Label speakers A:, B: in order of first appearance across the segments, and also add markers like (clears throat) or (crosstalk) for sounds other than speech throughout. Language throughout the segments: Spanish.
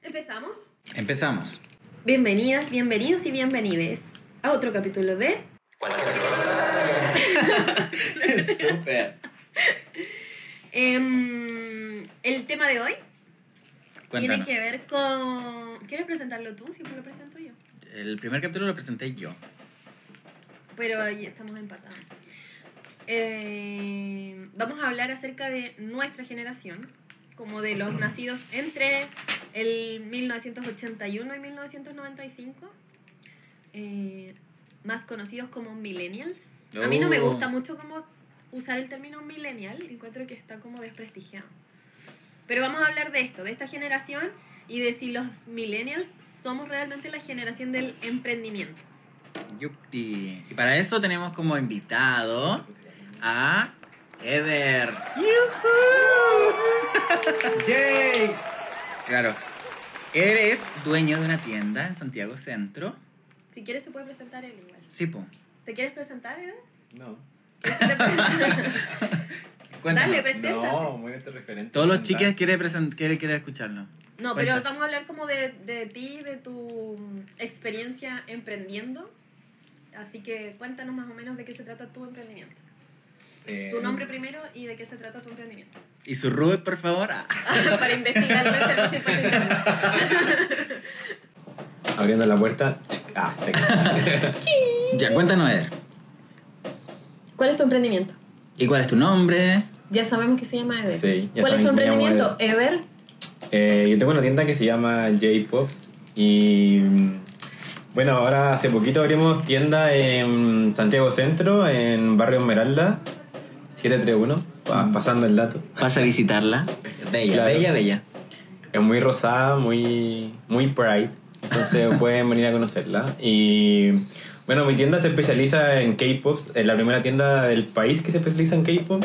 A: ¿Empezamos?
B: Empezamos.
A: Bienvenidas, bienvenidos y bienvenides a otro capítulo de...
B: (laughs) Súper.
A: Em, el tema de hoy tiene
B: Cuéntanos.
A: que ver con... ¿Quieres presentarlo tú? Siempre lo presento yo.
B: El primer capítulo lo presenté yo.
A: Pero ahí estamos empatados. Eh, vamos a hablar acerca de nuestra generación, como de los nacidos entre el 1981 y 1995, eh, más conocidos como millennials. A mí no me
B: Oh.
A: gusta mucho como usar el término millennial, encuentro que está como desprestigiado. Pero vamos a hablar de esto, de esta generación y de si los millennials somos realmente la generación del emprendimiento.
B: Yupi. Y para eso tenemos como invitado a Eder.
C: ¡Yay!
B: Claro. Eder es dueño de una tienda en Santiago Centro.
A: Si quieres se puede presentar él igual.
B: Sí, po.
A: ¿Te quieres presentar, (laughs) Eda?
C: No.
B: Cuéntanos.
A: Dale, pre- Preséntate.
C: No, muy este referente.
B: Todos los
C: Fantástico.
B: chiques quieren, presen- quieren, quieren escucharlo.
A: (laughs) no,
B: Cuenta.
A: pero vamos a hablar como de, de ti, de tu mm, experiencia emprendiendo. Así que cuéntanos más o menos de qué se trata tu emprendimiento.
C: Eh,
A: Tu nombre primero y de qué se trata tu emprendimiento. (laughs)
B: Y su root, por favor. Ah.
A: Para investigar el servicio y patrocinio.
C: (laughs) Abriendo la puerta. Ah, venga.
B: Ya, cuéntanos, Eder.
A: ¿Cuál es tu emprendimiento?
B: ¿Y cuál es tu nombre?
A: Ya sabemos que se llama Eder.
C: Sí, ya
A: ¿Cuál es tu
C: saben que me llamo
A: emprendimiento? Ever.
C: Eh, yo tengo una tienda que se llama J-Pops y mm, bueno, ahora hace poquito abrimos tienda en Santiago Centro, en Barrio Esmeralda, 731, pa-
B: Mm.
C: pasando el dato.
B: Vas a visitarla. Bella,
C: Claro.
B: bella, bella.
C: Es muy rosada, muy, muy bright. Entonces (laughs) pueden venir a conocerla. Y bueno, mi tienda se especializa en K-pop. Es la primera tienda del país que se especializa en K-pop.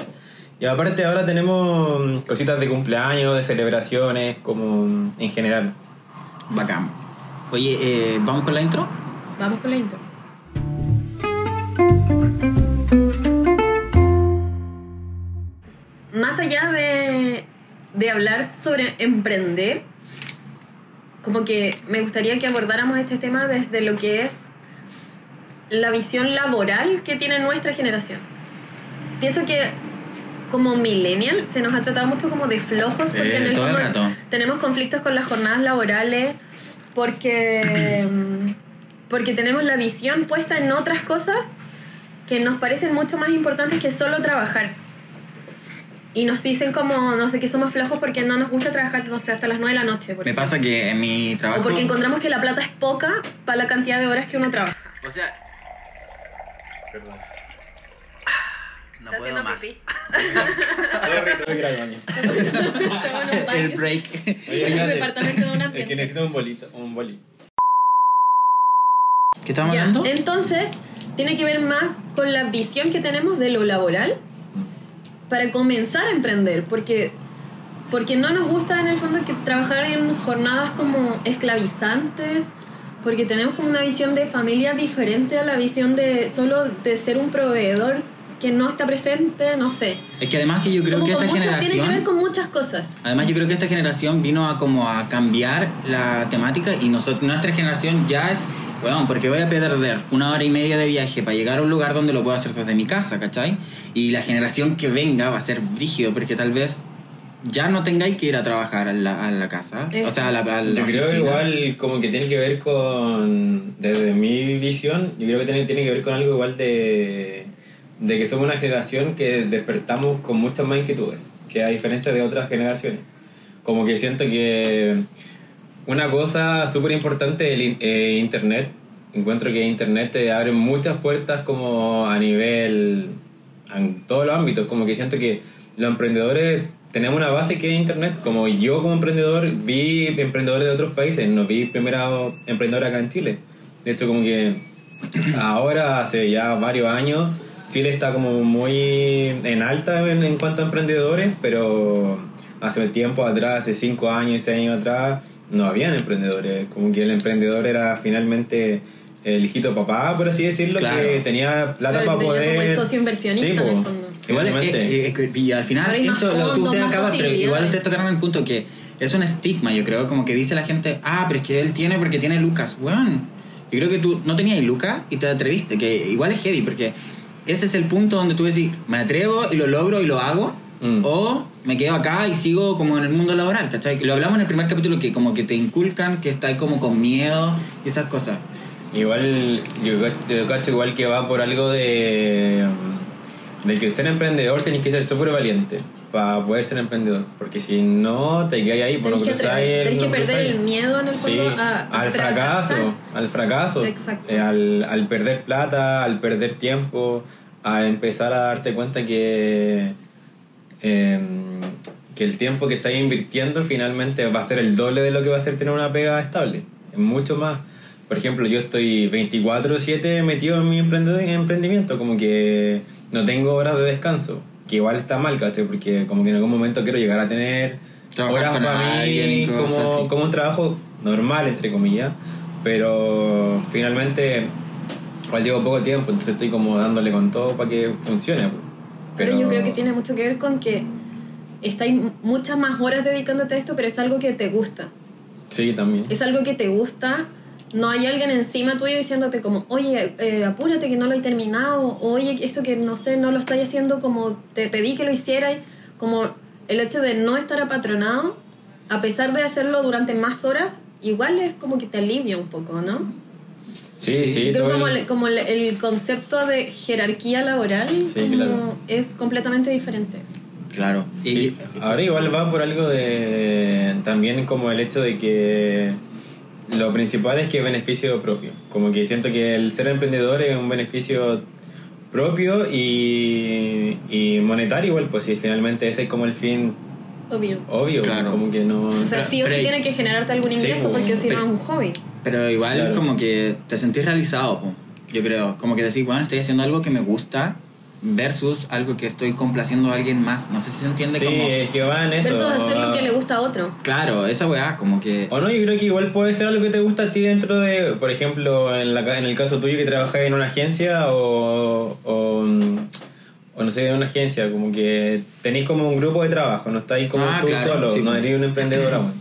C: Y aparte ahora tenemos mm, cositas de cumpleaños, de celebraciones, como mm, en general.
B: Bacán. Oye, eh, ¿vamos con la intro?
A: Vamos con la intro. Más allá de, de hablar sobre emprender, como que me gustaría que abordáramos este tema desde lo que es la visión laboral que tiene nuestra generación. Pienso que como millennial se nos ha tratado mucho como de flojos porque en
B: Eh,
A: el
B: todo el
A: fondo
B: rato.
A: tenemos conflictos con las jornadas laborales porque mm, porque tenemos la visión puesta en otras cosas que nos parecen mucho más importantes que solo trabajar y nos dicen como no sé que somos flojos porque no nos gusta trabajar no sé hasta las 9 de la noche por
B: Me
A: ejemplo.
B: pasa que en mi trabajo.
A: o porque encontramos que la plata es poca para la cantidad de horas que uno trabaja
B: O sea,
C: Perdón.
B: no puedo más.
A: (laughs)
B: El
A: (laughs)
B: break.
A: departamento de un ambiente.
C: Es que necesito un bolito, un boli.
B: ¿Qué estamos
A: Ya,
B: hablando?
A: entonces tiene que ver más con la visión que tenemos de lo laboral para comenzar a emprender, porque, porque no nos gusta en el fondo que trabajar en jornadas como esclavizantes, porque tenemos como una visión de familia diferente a la visión de solo de ser un proveedor que no está presente, no sé.
B: Es que además que yo creo
A: Como
B: que
A: con
B: esta
A: muchas- Tiene que ver
B: generación.
A: con muchas cosas.
B: Además yo creo que esta generación vino a como a cambiar la temática y nosotros, nuestra generación ya es, bueno, porque voy a perder una hora y media de viaje para llegar a un lugar donde lo puedo hacer desde mi casa, ¿cachai? Y la generación que venga va a ser brígido porque tal vez ya no tengáis que ir a trabajar a la, a la casa, o
A: Eso.
B: sea, a la, a la
C: Yo creo
B: oficina.
C: igual como que tiene que ver con, desde mi visión, yo creo que tiene, tiene que ver con algo igual de, de que somos una generación que despertamos con muchas más inquietudes, que a diferencia de otras generaciones. Como que siento que una cosa súper importante es eh, Internet. Encuentro que Internet te abre muchas puertas como a nivel, en todos los ámbitos, como que siento que los emprendedores tenemos una base que es Internet. Como yo como emprendedor vi emprendedores de otros países, no vi primera emprendedora acá en Chile. De hecho, como que ahora, hace ya varios años, Chile está como muy en alta en, en cuanto a emprendedores, pero hace tiempo atrás, hace cinco años, seis años atrás, no habían emprendedores. Como que el emprendedor era finalmente el hijito papá, por así decirlo,
B: Claro.
C: que tenía plata
A: Claro,
C: para
A: que tenía
C: poder...
A: como el socio inversionista en el
C: po,
A: fondo.
B: Igual,
C: finalmente.
B: eh, eh, eh, y al final,
A: Ahora hay más
B: eso lo- tú
A: fondos,
B: te
A: más
B: acabas, pero
A: posibilidades.
B: igual te tocaron el punto que es un estigma, yo creo, como que dice la gente, ah, pero es que él tiene porque tiene Lucas. Bueno, yo creo que tú no tenías Lucas y te atreviste, que igual es heavy, porque ese es el punto donde tú decís, me atrevo y lo logro y lo hago,
C: Mm.
B: o me quedo acá y sigo como en el mundo laboral, ¿cachai? Lo hablamos en el primer capítulo que como que te inculcan que estás como con miedo y esas cosas.
C: Igual, yo, ca- yo cacho igual que va por algo de. mm, De que ser emprendedor tenés que ser súper valiente para poder ser emprendedor. Porque si no, te quedas ahí, por lo
A: Tenés
C: que
A: que, atrever- tenés que perder el miedo en el
C: Sí,
A: fondo a- a
C: al
A: fracasar.
C: fracaso, al fracaso,
A: Exacto.
C: eh, al, al perder plata, al perder tiempo, a empezar a darte cuenta que, eh, que el tiempo que estás invirtiendo finalmente va a ser el doble de lo que va a ser tener una pega estable, mucho más. Por ejemplo, yo estoy 24/7 metido en mi emprende- emprendimiento, como que no tengo horas de descanso, que igual está mal, ¿cachai? Porque como que en algún momento quiero llegar a tener
B: Trabajar
C: horas
B: con
C: para
B: alguien y
C: mí,
B: cosas
C: como,
B: así.
C: como un trabajo normal, entre comillas, pero finalmente igual llevo poco tiempo, entonces estoy como dándole con todo para que funcione. pues. po.
A: Pero, yo creo que tiene mucho que ver con que estáis m- muchas más horas dedicándote a esto, pero es algo que te gusta.
C: Sí, también.
A: Es algo que te gusta. No hay alguien encima tuyo diciéndote como, oye, eh, apúrate que no lo he terminado, o, oye, eso que no sé, no lo estáis haciendo como te pedí que lo hicieras. Como el hecho de no estar apatronado, a pesar de hacerlo durante más horas, igual es como que te alivia un poco, ¿no?
C: Sí,
B: Sí.
C: sí,
A: Creo
C: todo
A: como,
C: el-
A: el, como el, el concepto de jerarquía laboral
C: Sí,
A: como
C: claro.
A: es completamente diferente.
B: Claro. Y
C: Sí, ahora igual va por algo de también como el hecho de que lo principal es que es beneficio propio. Como que siento que el ser emprendedor es un beneficio propio y, y monetario igual, pues si finalmente ese es como el fin
A: Obvio.
C: obvio,
B: Claro.
C: como que no...
A: O sea,
B: Pero-
A: sí o sí
B: pero-
A: tiene que generarte algún
C: Sí,
A: ingreso
C: po,
A: porque si no
B: pero-
A: es un hobby.
B: Pero igual
C: Claro.
B: como que te sentís realizado, po. yo creo. Como que decís, bueno, estoy haciendo algo que me gusta versus algo que estoy complaciendo a alguien más. No sé si se entiende
C: sí, eh.
B: como...
C: es que va en eso.
A: Versus hacer lo
C: va-
A: que le gusta a otro.
B: Claro, esa weá, como que...
C: O no, yo creo que igual puede ser algo que te gusta a ti dentro de, por ejemplo, en, la, ca- en el caso tuyo que trabajas en una agencia o, o, mm, o no sé, en una agencia, como que tenéis como un grupo de trabajo, no estáis como
B: Ah,
C: tú
B: claro,
C: solo,
B: sí.
C: no eres
B: (clears throat)
C: un emprendedor aún.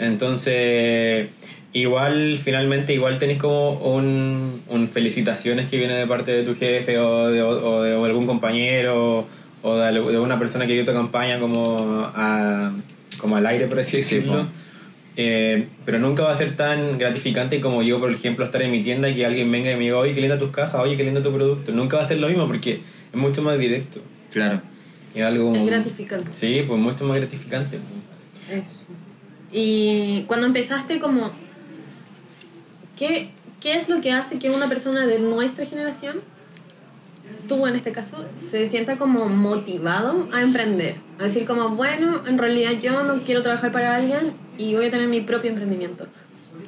C: Entonces, igual, finalmente, igual tenéis como un, un felicitaciones que viene de parte de tu jefe o de, o de algún compañero o de, al- de una persona que dio tu campaña como, a- como al aire, por así
B: Sí, sí,
C: decirlo.
B: po.
C: Eh, pero nunca va a ser tan gratificante como yo, por ejemplo, estar en mi tienda y que alguien venga y me diga, oye, qué linda tus cajas, oye, qué lindo tu producto. Nunca va a ser lo mismo porque es mucho más directo.
B: Claro.
C: Es algo
A: Es
C: como-
A: gratificante.
C: Sí, pues mucho más gratificante.
A: Eso. Y cuando empezaste como... ¿qué, ¿Qué es lo que hace que una persona de nuestra generación, tú en este caso, se sienta como motivado a emprender? A decir como, bueno, en realidad yo no quiero trabajar para alguien y voy a tener mi propio emprendimiento.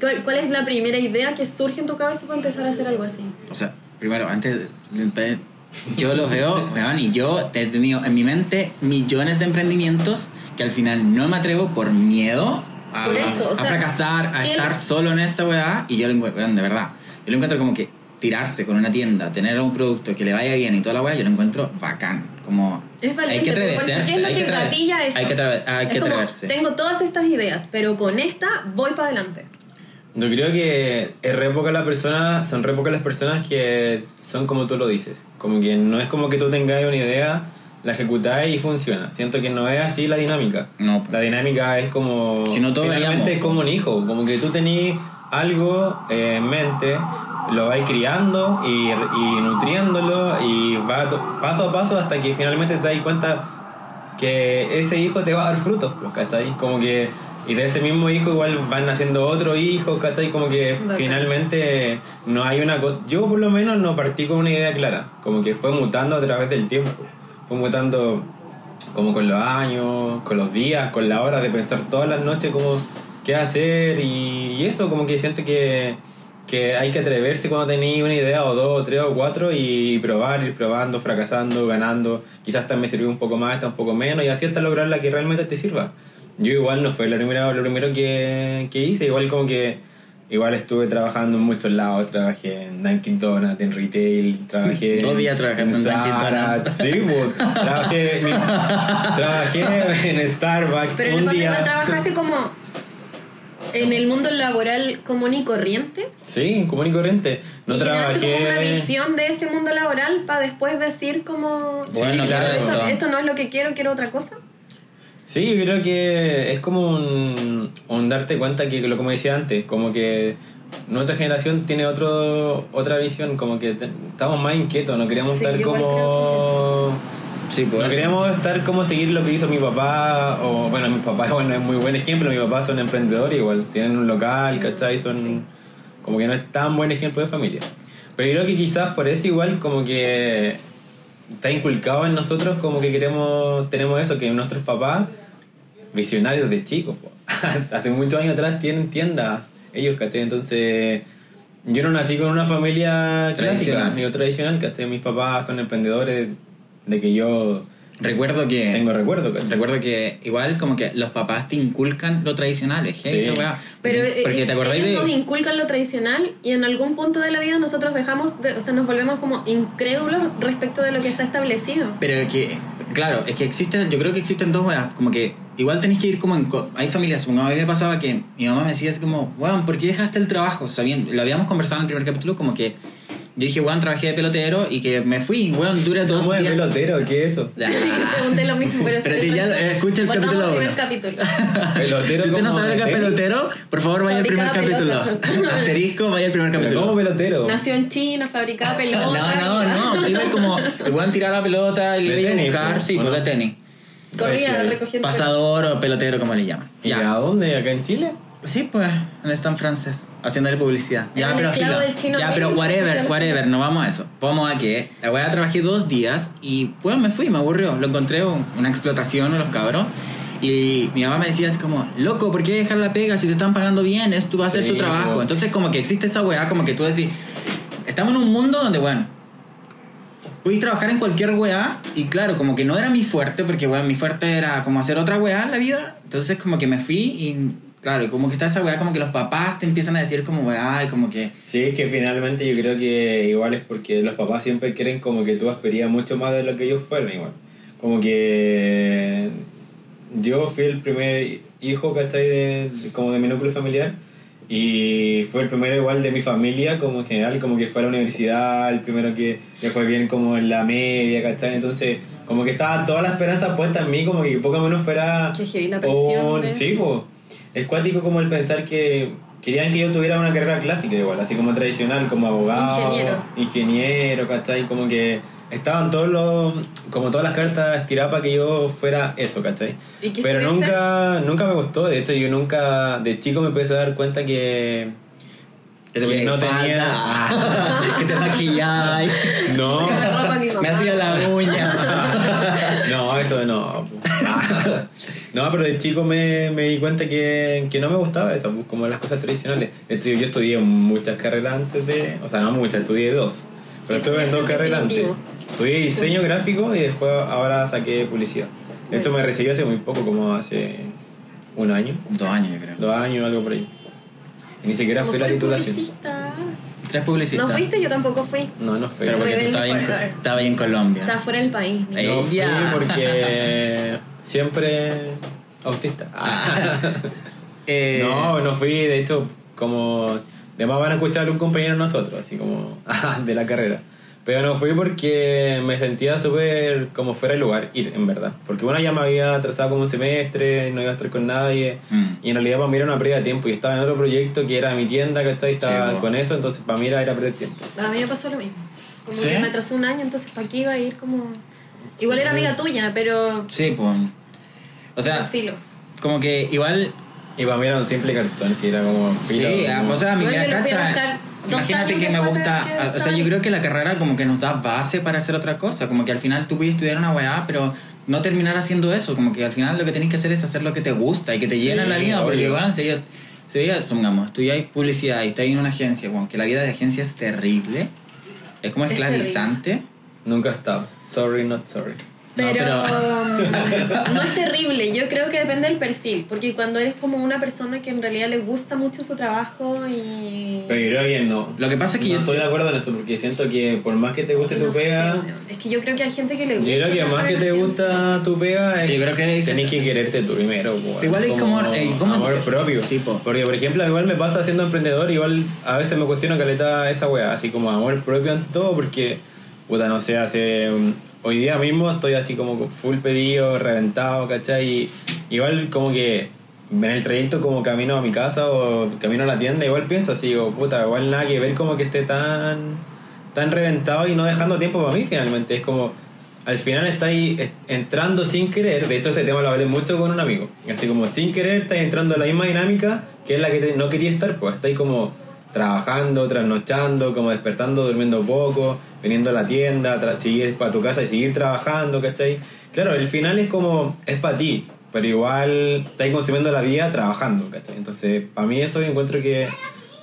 A: ¿Cuál, cuál es la primera idea que surge en tu cabeza para empezar a hacer algo así?
B: O sea, primero, antes de- yo los
C: (laughs)
B: veo, weón, y yo he tenido en mi mente millones de emprendimientos que al final no me atrevo por miedo a,
A: Por eso, o
B: a
A: sea,
B: fracasar, a
A: ¿quién-
B: estar solo en esta weá, y yo lo encuentro, weón, de verdad, yo lo encuentro como que tirarse con una tienda, tener un producto que le vaya bien y toda la weá, yo lo encuentro bacán, como...
A: Es valiente,
B: hay que
A: pero ¿por qué
B: atreverse,
A: es lo
B: hay que,
A: que
B: atrever-
A: gatilla eso?
B: hay que atrever- hay
A: Es
B: que
A: como,
B: atreverse.
A: tengo todas estas ideas, pero con esta voy para adelante.
C: Yo creo que es re poca la persona, son re pocas las personas que son como tú lo dices. Como que no es como que tú tengas una idea, la ejecutáis y funciona. Siento que no es así la dinámica.
B: No, po.
C: La dinámica es como.
B: Si no, todos
C: finalmente
B: haríamos.
C: es como un hijo. Como que tú tenés algo eh, en mente, lo vais criando y, y nutriéndolo y va to- paso a paso hasta que finalmente te das cuenta que ese hijo te va a dar frutos, pues, ¿cachai? Como que, y de ese mismo hijo igual van naciendo otro hijo, ¿cachai? Como que
A: Bacán.
C: finalmente no hay una... co- Yo por lo menos no partí con una idea clara, como que fue mutando a través del tiempo, pues. fue mutando como con los años, con los días, con la hora de pensar todas las noches como qué hacer y, y eso como que siento que, que hay que atreverse cuando tenéis una idea o dos o tres o cuatro y probar, ir probando, fracasando, ganando, quizás esta me sirvió un poco más, esta un poco menos y así hasta lograr la que realmente te sirva. Yo igual no fue lo primero, lo primero que, que hice, igual como que Igual estuve trabajando en muchos lados, trabajé en Dunkin' Donuts, en retail, trabajé...
B: Dos días trabajaste en Dunkin'
C: Zara,
B: Donuts.
C: Sí, pues, trabajé, mi- trabajé en Starbucks
A: Pero en el
C: un
A: fondo
C: día.
A: igual trabajaste como en el mundo laboral común y corriente.
C: Sí, común y corriente. No
A: y generaste
C: trabajé...
A: como una visión de ese mundo laboral para después decir como...
C: Sí,
B: Bueno,
C: claro.
B: claro.
A: Esto,
B: esto-
A: esto no es lo que quiero, quiero otra cosa.
C: Sí, yo creo que es como un, un darte cuenta que, lo como decía antes, como que nuestra generación tiene otro, otra visión, como que te- estamos más inquietos, no queríamos
A: Sí,
C: estar
A: igual creo
C: como...
B: Sí, pues.
C: No
B: eso.
C: queríamos estar como seguir lo que hizo mi papá, o bueno, mi papá (laughs) bueno, es muy buen ejemplo, mi papá son emprendedores igual, tienen un local, ¿cachai? Son como que no es tan buen ejemplo de familia. Pero yo creo que quizás por eso igual como que está inculcado en nosotros como que queremos, tenemos eso, que nuestros papás, visionarios de chicos, po. (laughs) hace muchos años atrás tienen tiendas, ellos, ¿cachai? Entonces... Yo no nací con una familia tradicional.
B: Tradicional.
C: clásica, ni tradicional, ¿cachai? Mis papás son emprendedores de que yo
B: Recuerdo que.
C: tengo recuerdo, ¿cachai?
B: Pues Recuerdo que igual como que los papás te inculcan lo tradicional, es que
C: Sí.
B: esa weá.
A: Pero eh,
B: Porque te acordáis
A: ellos nos
B: de...
A: inculcan lo tradicional y en algún punto de la vida nosotros dejamos, de- o sea, nos volvemos como incrédulos respecto de lo que está establecido.
B: Pero que, claro, es que existen, yo creo que existen dos weas, como que igual tenés que ir como en... co- Hay familias, supongamos, a mí me pasaba que mi mamá me decía así como, weón, ¿por qué dejaste el trabajo? Sabían, lo habíamos conversado en el primer capítulo, como que yo dije, weón, trabajé de pelotero y que me fui, weón, dura dos
C: ¿Cómo es
B: días.
C: pelotero? ¿Qué
B: (laughs)
C: es eso?
A: Pregunté lo mismo, pero...
B: Pero te- ya, eh, escucha el
A: Volvamos al
B: capítulo
A: primer
B: uno.
A: capítulo. (laughs)
C: ¿Pelotero?
B: si usted no
C: como
B: sabe lo que es
C: de tenis?
B: pelotero, por favor vaya al primer
A: Fabricaba
B: capítulo.
A: pelotas.
B: (laughs) Asterisco, vaya al primer
C: ¿Pero
B: capítulo.
C: ¿Cómo pelotero?
A: Nació en China, fabricaba
B: No,
A: pelotas.
B: no, no. Iba como, el weón tiraba la pelota, y
C: De
B: le iba a
C: tenis,
B: buscar,
C: pues,
B: sí,
C: ¿o
B: pues
C: no?
B: de tenis.
A: (laughs) Corría
C: Regio.
A: recogiendo... (laughs)
B: Pasador o pelotero, como le llaman.
C: ¿Y
B: Ya.
C: a dónde? ¿Acá en Chile?
B: Sí, pues, en el stand francés, haciéndole publicidad. Ya,
A: Era el
B: pero
A: esclavo
B: filo.
A: del chino
B: Ya, pero
A: Ming,
B: whatever,
A: oficial.
B: whatever, no vamos a eso. Vamos a que la weá trabajé dos días y pues me fui, me aburrió. Lo encontré un- una explotación a los cabros. Y mi mamá me decía así como, loco, ¿por qué dejar la pega si te están pagando bien? Es tu, va a ser
C: Sí,
B: tu trabajo.
C: po.
B: Entonces como que existe esa weá, como que tú decís, estamos en un mundo donde, bueno, Pude trabajar en cualquier weá y claro, como que no era mi fuerte, porque weón, mi fuerte era como hacer otra weá en la vida. Entonces como que me fui y claro, como que está esa weá, como que los papás te empiezan a decir como weá y como que...
C: Sí, es que finalmente yo creo que igual es porque los papás siempre quieren como que tú aspirías mucho más de lo que ellos fueron igual. Como que yo fui el primer hijo, ¿cachai? De, de- como de mi núcleo familiar y fue el primero igual de mi familia como en general, como que fue a la universidad, el primero que le fue bien como en la media, ¿cachai? Entonces como que estaba toda la esperanza puesta en mí, como que poco menos fuera...
A: Qué heavy la presión
C: un-
A: de
C: sí, po. Es cuático como el pensar que querían que yo tuviera una carrera clásica igual, así como tradicional, como abogado,
A: Ingeniero.
C: ingeniero, ¿cachai? Como que estaban todos los, como todas las cartas tiradas para que yo fuera eso, ¿cachai?
A: ¿Y qué
C: Pero
A: estudiaste?
C: nunca, nunca me gustó, de hecho yo nunca, de chico me empecé a dar cuenta que...
B: Que te
C: que
B: ponías
C: no
B: falda, (laughs) que te maquilláis,
A: (laughs)
C: No,
A: La ropa de mi
B: me
A: mamá.
B: hacía la uña.
C: (laughs) no,
B: (laughs)
C: eso no. po. No, pero de chico me, me di cuenta que, que no me gustaba eso, como las cosas tradicionales. De hecho, yo estudié muchas carreras antes de. O sea, no muchas, estudié dos. Pero
A: ¿Qué
C: estuve en dos
A: estudiaste
C: carreras antes.
A: definitivo?
C: Estudié diseño gráfico y después ahora saqué publicidad. Esto me recibió hace muy poco, como hace un año,
B: Dos años yo creo.
C: dos años, algo por ahí. Y ni siquiera
A: Como
C: fui a la
A: fueron
C: titulación.
A: publicistas.
B: Tres
A: No
B: publicistas.
A: fuiste, yo tampoco fui.
C: No, no fui.
B: Pero porque tú
A: Rebelde
B: estabas ahí en,
A: por-
B: estabas ahí en Colombia.
A: Estaba fuera del país.
B: Ey.
C: No fui
B: Ella. (laughs)
C: porque siempre autista.
B: Eh,
C: No, no fui, de hecho, como... Además van a escuchar un compañero de nosotros, así como (laughs) de la carrera. Pero no fui porque me sentía súper como fuera de lugar ir, en verdad. Porque bueno, ya me había atrasado como un semestre, no iba a estar con nadie.
B: Mm.
C: Y en realidad para mí era una pérdida de tiempo. Yo estaba en otro proyecto que era mi tienda, ¿cachai? Estaba
B: Sí, po.
C: con eso, entonces para mí era era perder tiempo.
A: A mí me pasó lo mismo. Como
B: ¿Sí?
A: que me atrasé un año, entonces para qué iba a ir como... Igual era amiga tuya, pero...
B: Sí, pues. O sea,
A: filo.
B: como que igual
C: Y para mí era un simple cartón, si era como...
B: Sí,
C: filo,
B: ah,
C: como-
B: o sea,
A: Igual
B: mira,
A: yo lo fui a
B: cacha,
A: buscar dos
B: imagínate
A: años
B: que me
A: después de
B: gusta,
A: que
B: ah, o sea,
A: estaba
B: yo
A: ahí.
B: creo que la carrera como que nos da base para hacer otra cosa, como que al final tú puedes estudiar una weá, pero no terminar haciendo eso, como que al final lo que tienes que hacer es hacer lo que te gusta y que te
C: Sí,
B: llena la vida, porque
C: obvio.
B: weón, si yo, si yo, supongamos, estudiáis publicidad y estás en una agencia, weón, que la vida de agencia es terrible, es como
A: Es
B: esclavizante.
C: Nunca he estado. Sorry, not sorry.
A: Pero,
B: pero-
A: (laughs) no es terrible, yo creo que depende del perfil, porque cuando eres como una persona que en realidad le gusta mucho su trabajo y...
C: Pero yo creo que no.
B: Lo que pasa es que
C: No
B: yo-
C: estoy de acuerdo en eso, porque siento que por más que te guste
A: No
C: tu
A: sé,
C: pega,
A: weón. es que yo creo que hay gente que le
C: yo
A: gusta.
C: creo que
A: trabajar
C: más que
A: en
C: te
A: agencia.
C: gusta tu pega, es
B: Yo creo que es-
C: tenés que quererte tú primero. po,
B: Igual es como- eh, ¿cómo-
C: amor propio.
B: Sí, po.
C: Porque, por ejemplo, igual me pasa siendo emprendedor, igual a veces me cuestiono caleta esa wea, así como amor propio en todo, porque, puta, no sé, hace. um, Hoy día mismo estoy así como con full pedido, reventado, ¿cachai? Y igual como que en el trayecto como camino a mi casa o camino a la tienda, igual pienso así, digo, puta, igual nada que ver como que esté tan, tan reventado y no dejando tiempo para mí finalmente. Es como, al final estáis est- entrando sin querer, de hecho este tema lo hablé mucho con un amigo, así como sin querer estáis entrando en la misma dinámica que es la que te- no quería estar, pues estáis como trabajando, trasnochando, como despertando, durmiendo poco, viniendo a la tienda, tra- seguir para tu casa y seguir trabajando, ¿cachai? Claro, el final es como, es para ti, pero igual estáis consumiendo la vida trabajando, ¿cachai? Entonces, para mí eso yo encuentro que,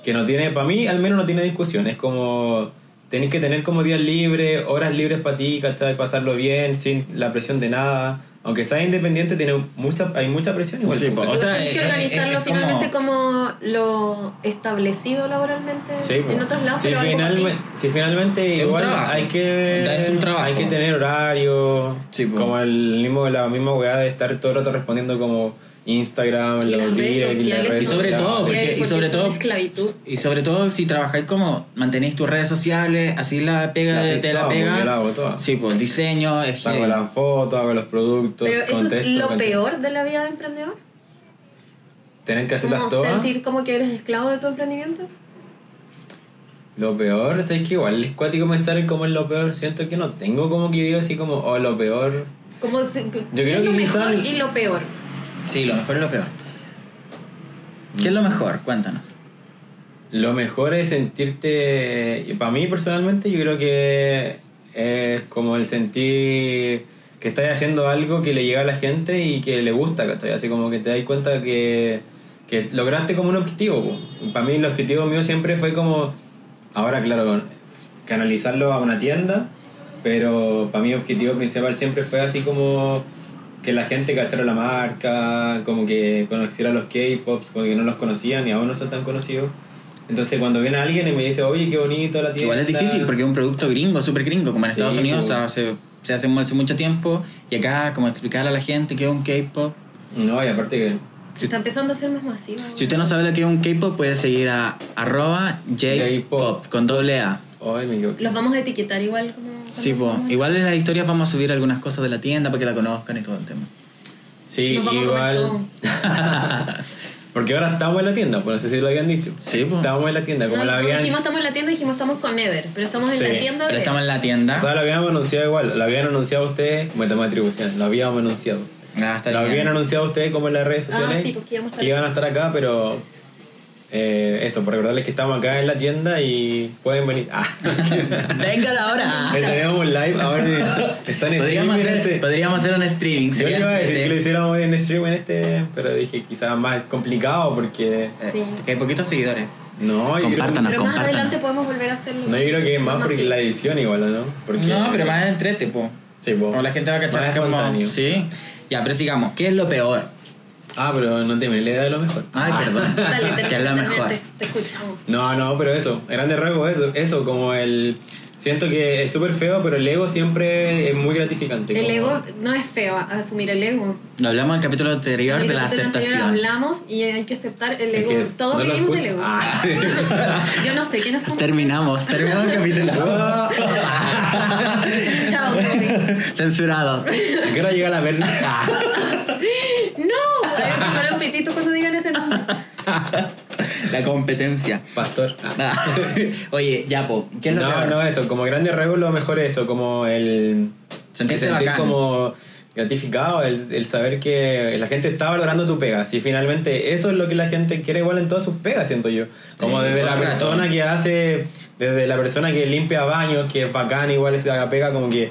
C: que no tiene, para mí al menos no tiene discusión, es como tenéis que tener como días libres, horas libres para ti, ¿cachai? Pasarlo bien, sin la presión de nada. Aunque seas independiente, tiene mucha, hay mucha presión igual.
B: Sí,
C: po,
B: po.
C: ¿cachai?
B: O sea,
A: Tienes que
B: es- es-
A: organizarlo
B: es como-
A: finalmente como... lo establecido laboralmente
C: Sí, po.
A: en otros lados.
C: si,
A: pero algo para ti.
C: finalmente, si finalmente
B: Es un
C: igual
B: trabajo.
C: hay que
B: Es un trabajo.
C: hay que tener horario,
B: Sí, po.
C: como el mismo la misma weá de estar todo el rato respondiendo como Instagram,
A: Y las
C: los
A: redes
C: días,
A: sociales
B: Y sobre
A: Ya,
B: todo,
A: sí,
B: porque, y
A: porque
B: sobre
A: es
B: todo,
A: una esclavitud.
B: y sobre todo si trabajáis como mantenéis tus redes sociales, así la pega
C: Sí,
B: de
C: así
B: te la
C: todo, porque la
B: pega.
C: hago toda.
B: Sí, pues diseño, es
C: Hago las fotos, hago los productos,
A: Pero eso es
C: contesto,
A: lo
C: ¿cachai?
A: peor de la vida de emprendedor.
C: Tener que hacerlas
A: Como
C: todas.
A: sentir como que eres esclavo de tu emprendimiento.
C: Lo peor, es que igual es cuático pensar en cómo es lo peor. Siento que no tengo como que digo así como, oh, lo peor.
A: Como si- que
C: creo
A: es lo
C: que
A: mejor
C: quizá-
A: y lo peor.
B: Sí, lo mejor es lo peor. ¿Qué es lo mejor? Cuéntanos.
C: Lo mejor es sentirte. y Para mí personalmente, yo creo que es como el sentir que estás haciendo algo que le llega a la gente y que le gusta, ¿cachai? Así como que te das cuenta que, que lograste como un objetivo. Para mí, el objetivo mío siempre fue como. Ahora, claro, canalizarlo a una tienda, pero para mí, el objetivo principal siempre fue así como. que la gente cachara la marca, como que conociera los K-pops, como que no los conocían y aún no son tan conocidos. Entonces cuando viene alguien y me dice, oye, qué bonito la tienda.
B: Igual es difícil porque es un producto gringo, súper gringo, como en
C: Sí,
B: Estados Unidos
C: pues.
B: hace- se hace hace mucho tiempo y acá como explicar a la gente que es un K-pop.
C: No, y aparte que...
A: Se
B: Si-
A: está empezando a ser más masivo.
B: Si usted no sabe lo que es un K-pop, puede seguir a arroba J-pop
C: J-pop.
B: con doble A.
C: Ay, me equivoqué.
A: Los vamos a etiquetar igual como... cuando
B: Sí, po.
A: hacemos-
B: Igual en las historias vamos a subir algunas cosas de la tienda para que la conozcan y todo el tema.
C: Sí,
A: Nos vamos a comer
C: igual...
A: todo.
C: Porque ahora estamos en la tienda, pues no sé si lo habían dicho.
B: Sí, pues.
C: Estamos en la tienda, como
A: No,
C: la
A: no
C: habían...
A: dijimos estamos en la tienda, dijimos estamos con Eder, pero estamos en
C: Sí,
A: la tienda
B: Pero
A: de-
B: estamos en la
C: O
B: tienda.
C: sea, lo habíamos anunciado igual, lo habían anunciado ustedes, me tomé atribución, lo habíamos anunciado.
B: Ah, está
C: Lo habían
B: bien.
C: anunciado ustedes como en las redes
A: Ah,
C: sociales.
A: sí, porque íbamos a estar
C: que iban a estar acá, pero eh, eso, por recordarles que estamos acá en la tienda y pueden venir. Ah,
B: (laughs)
C: (laughs)
B: Venga ahora.
C: que tenemos un live ahora están en
B: Podríamos
C: streaming
B: hacer,
C: este-
B: podríamos hacer un streaming.
C: Yo
B: sería
C: iba a decir
B: entrete.
C: que lo hiciéramos en stream en este, pero dije quizás más complicado porque
B: Eh,
A: Sí.
B: Que hay poquitos seguidores.
C: no, yo creo,
B: Compártanos.
C: no,
A: Pero más
B: compartan.
A: adelante podemos volver a hacerlo.
C: yo creo que es más porque
A: masivo.
C: la edición igual, ¿o ¿no? Porque,
B: No, pero más entrete, po.
C: sí, po.
B: Como la gente va a cachar
C: Más
B: como...
C: espontáneo.
B: Sí. Ya, pero sigamos. ¿Qué es lo peor?
C: Ah, pero no te me le da lo mejor.
B: Ay, perdón.
A: (laughs) Dale, te,
B: (laughs) que es lo
A: te-
B: mejor.
A: te- te escuchamos.
C: No, no, pero eso, grande rasgo eso, eso como el siento que es súper feo, pero el ego siempre es muy gratificante.
A: el
C: como-
A: ego no es feo, a- asumir el ego.
B: Lo hablamos en el capítulo anterior
A: En
B: de
A: el
B: la
A: capítulo anterior
B: aceptación.
A: hablamos y hay que aceptar el
C: es
A: ego.
C: que
A: Todos
C: no lo
A: vivimos del
C: escucho.
A: ego.
C: Ah. (laughs)
A: Yo no sé quiénes somos.
B: Terminamos, terminamos el
C: (laughs)
B: capítulo. (laughs)
A: Chao, Toby.
B: Censurado.
C: ¿A qué hora llega la verna? Ah.
A: No, güey, me un pitito cuando digan ese
C: (laughs)
A: nombre.
B: La competencia.
C: Pastor. Ah.
B: Nada. (laughs) Oye, ya, po. ¿Qué es lo
C: no,
B: peor?
C: no, este eso, como grande rasgo lo mejor es eso, como el
B: Sentirse
C: el sentir
B: bacán.
C: como gratificado, el, el saber que la gente está valorando tu pega. Si finalmente eso es lo que la gente quiere igual en todas sus pegas, siento yo. Como
B: Sí,
C: desde
B: todo
C: la
B: el rato.
C: persona que hace, desde la persona que limpia baños, que es bacán, igual es la pega como que,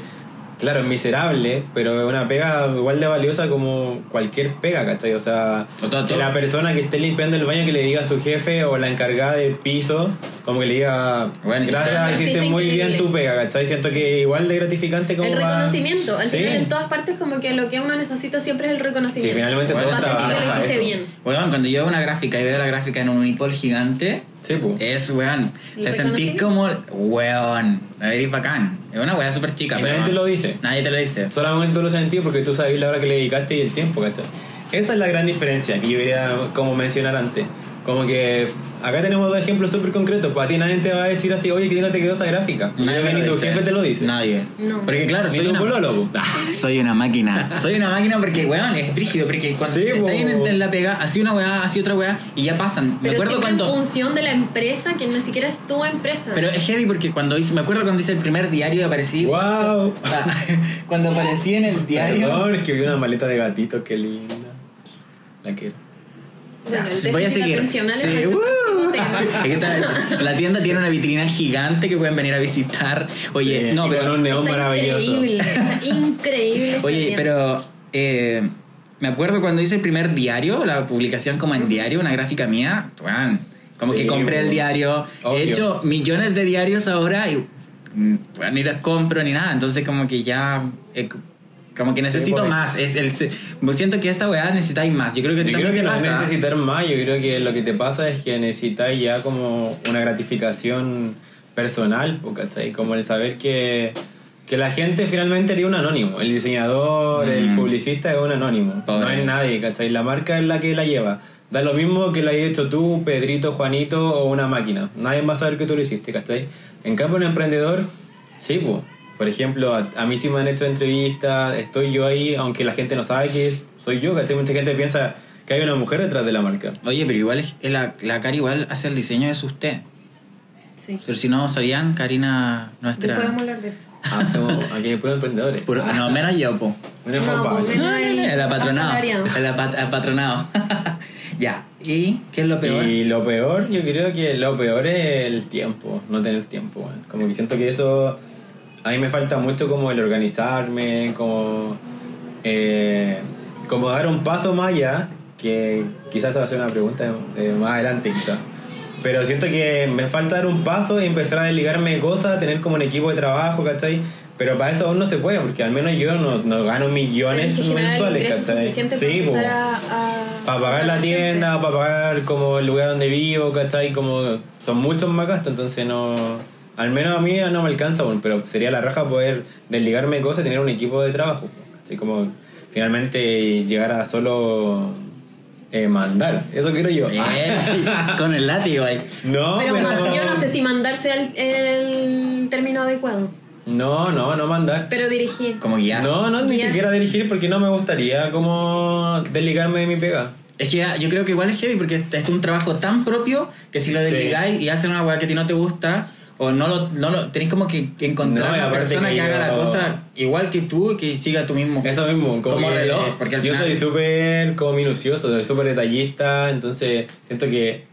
C: claro, es miserable, pero es una pega igual de valiosa como cualquier pega, ¿cachai? O sea,
B: O sea,
C: que
B: todo-
C: la persona que esté limpiando el baño que le diga a su jefe o la encargada del piso como que le diga,
B: Bueno,
C: gracias,
A: sí,
C: hiciste
A: está
C: muy bien
A: increíble.
C: tu pega, ¿cachai? Siento que igual de gratificante como
A: El
C: va-
A: reconocimiento. Al
C: Sí.
A: final, en todas partes, como que lo que uno necesita siempre es el reconocimiento.
C: Sí, finalmente
A: Para
C: todos
A: sentir que lo
C: trabajan para
A: hiciste
C: eso.
A: bien.
B: Weón, cuando yo veo una gráfica y veo la gráfica en un unipol gigante,
C: Sí, pues.
B: es weón. Te
A: ¿Lo
B: sentís
A: reconocí?
B: como, weón, a ver, y bacán. Es una weá súper chica,
C: Y
B: pero.
C: nadie te lo dice.
B: Nadie te lo dice.
C: pues. Solamente tú lo sentís porque tú sabes la hora que le dedicaste y el tiempo, ¿cachai? Esa es la gran diferencia que yo quería como mencionar antes. Como que acá tenemos dos ejemplos súper concretos. Para ti nadie te va a decir así, oye, ¿qué linda te quedó esa gráfica?
B: me
C: ni
B: lo
C: tu
B: dice.
C: jefe te lo dice.
B: Nadie.
A: No.
B: Porque claro,
C: Ni
B: soy
C: tu
B: una,
C: polólogo.
B: (laughs) Ah, soy una máquina.
C: (laughs)
B: Soy una máquina porque, weón, es rígido. Porque cuando
C: Sí, po.
B: está en, en la pega, así una weá, así otra weá, y ya pasan.
A: Pero
B: me acuerdo
A: siempre
B: cuando.
A: en función de la empresa, que ni siquiera es tu empresa.
B: Pero es heavy porque cuando hice, me acuerdo cuando hice el primer diario y aparecí.
C: ¡Wow!
B: Ah, (laughs) Cuando aparecí en el diario.
C: Perdón, es que vi una maleta de gatito, qué linda. La quiero.
A: Bueno,
B: Ya,
A: el
B: sí, voy a
A: déficit
B: seguir.
A: atencional
B: Sí,
A: es el
B: uh.
A: próximo tema.
B: Es que está- la tienda tiene una vitrina gigante que pueden venir a visitar. Oye,
C: Sí,
B: no,
C: y
B: pero.
C: Con un neón
A: Está
C: maravilloso.
A: Increíble,
C: (laughs)
A: está increíble. este esta
B: Oye,
A: tienda.
B: pero eh, me acuerdo cuando hice el primer diario, la publicación como en diario, una gráfica mía, tuan, como
C: Sí,
B: que compré el
C: bueno.
B: diario,
C: Obvio.
B: he hecho millones de diarios ahora y mm, tuan, ni los compro ni nada, entonces como que ya... eh, como que necesito
C: por-
B: más, es el, se- siento que esta weá necesitáis más. Yo creo que a ti
C: Yo creo que
B: también
C: no
B: te
C: es
B: pasa.
C: necesitar más, yo creo que lo que te pasa es que necesitas ya como una gratificación personal, po, ¿cachai? Como el saber que, que la gente finalmente haría un anónimo, el diseñador, el
B: Mm.
C: publicista es un anónimo, no
B: Pobres.
C: es nadie, ¿cachai? La marca es la que la lleva. Da lo mismo que lo hayas hecho tú, Pedrito, Juanito o una máquina. Nadie va a saber que tú lo hiciste, ¿cachai? En cambio, un emprendedor, sí, pues. Por ejemplo, a, a mí sí me han hecho entrevistas, estoy yo ahí, aunque la gente no sabe que es- soy yo, ¿cachai? Mucha gente piensa que hay una mujer detrás de la marca.
B: Oye, pero igual es- la, la Cari igual hace el diseño de sus té.
A: Sí.
B: Pero si no sabían, Karina, nuestra...
A: Podemos hablar de eso.
C: Hacemos, Ah, aquí hay puros emprendedores.
B: Puro- ah, no, menos yo, po.
C: Una
A: No,
C: pompa.
A: pues,
B: No, no, no, el apatronado.
A: Asalariado.
B: El apa- apatronado. (laughs) ya. ¿Y qué es lo peor? (laughs)
C: Y lo peor, yo creo que lo peor es el tiempo, no tener tiempo. weón. Como que siento que eso, a mí me falta mucho como el organizarme, como, eh, como dar un paso más allá, que quizás esa va a ser una pregunta eh, más adelante quizás. Pero siento que me falta dar un paso y empezar a desligarme de cosas, tener como un equipo de trabajo, ¿cachai? Pero para eso aún no se puede, porque al menos yo no, no gano
A: Tienes
C: millones
A: que generar
C: mensuales,
A: ingresos
C: ¿cachai?
A: suficientes para
C: po.
A: empezar a- a-
C: Para pagar la tienda, para pagar como el lugar donde vivo, ¿cachai? Como son muchos más gastos, entonces no... Al menos a mí no me alcanza aún, pero sería la raja poder desligarme de cosas y tener un equipo de trabajo. Así como finalmente llegar a solo eh, mandar. Eso quiero yo.
B: Eh, con el látigo ahí.
C: (laughs) No,
A: Pero
C: pero-
A: man- yo no sé si mandarse el, el término adecuado.
C: No, no, no mandar.
A: Pero dirigir.
B: Como guiar.
C: No, no, ni
A: Ya.
C: siquiera dirigir porque no me gustaría como desligarme de mi pega.
B: Es que ya- yo creo que igual es heavy porque es un trabajo tan propio que si lo
C: Sí.
B: desligáis y hacen una weá que a ti no te gusta o no lo, no lo tenéis como que que encontrar
C: No, y
B: una
C: aparte
B: persona
C: que
B: que, haga la
C: yo-
B: cosa igual que tú y que siga tu mismo.
C: Eso mismo, como,
B: Como
C: que-
B: reloj, porque al
C: yo
B: final-
C: soy súper como minucioso, soy súper detallista, entonces siento que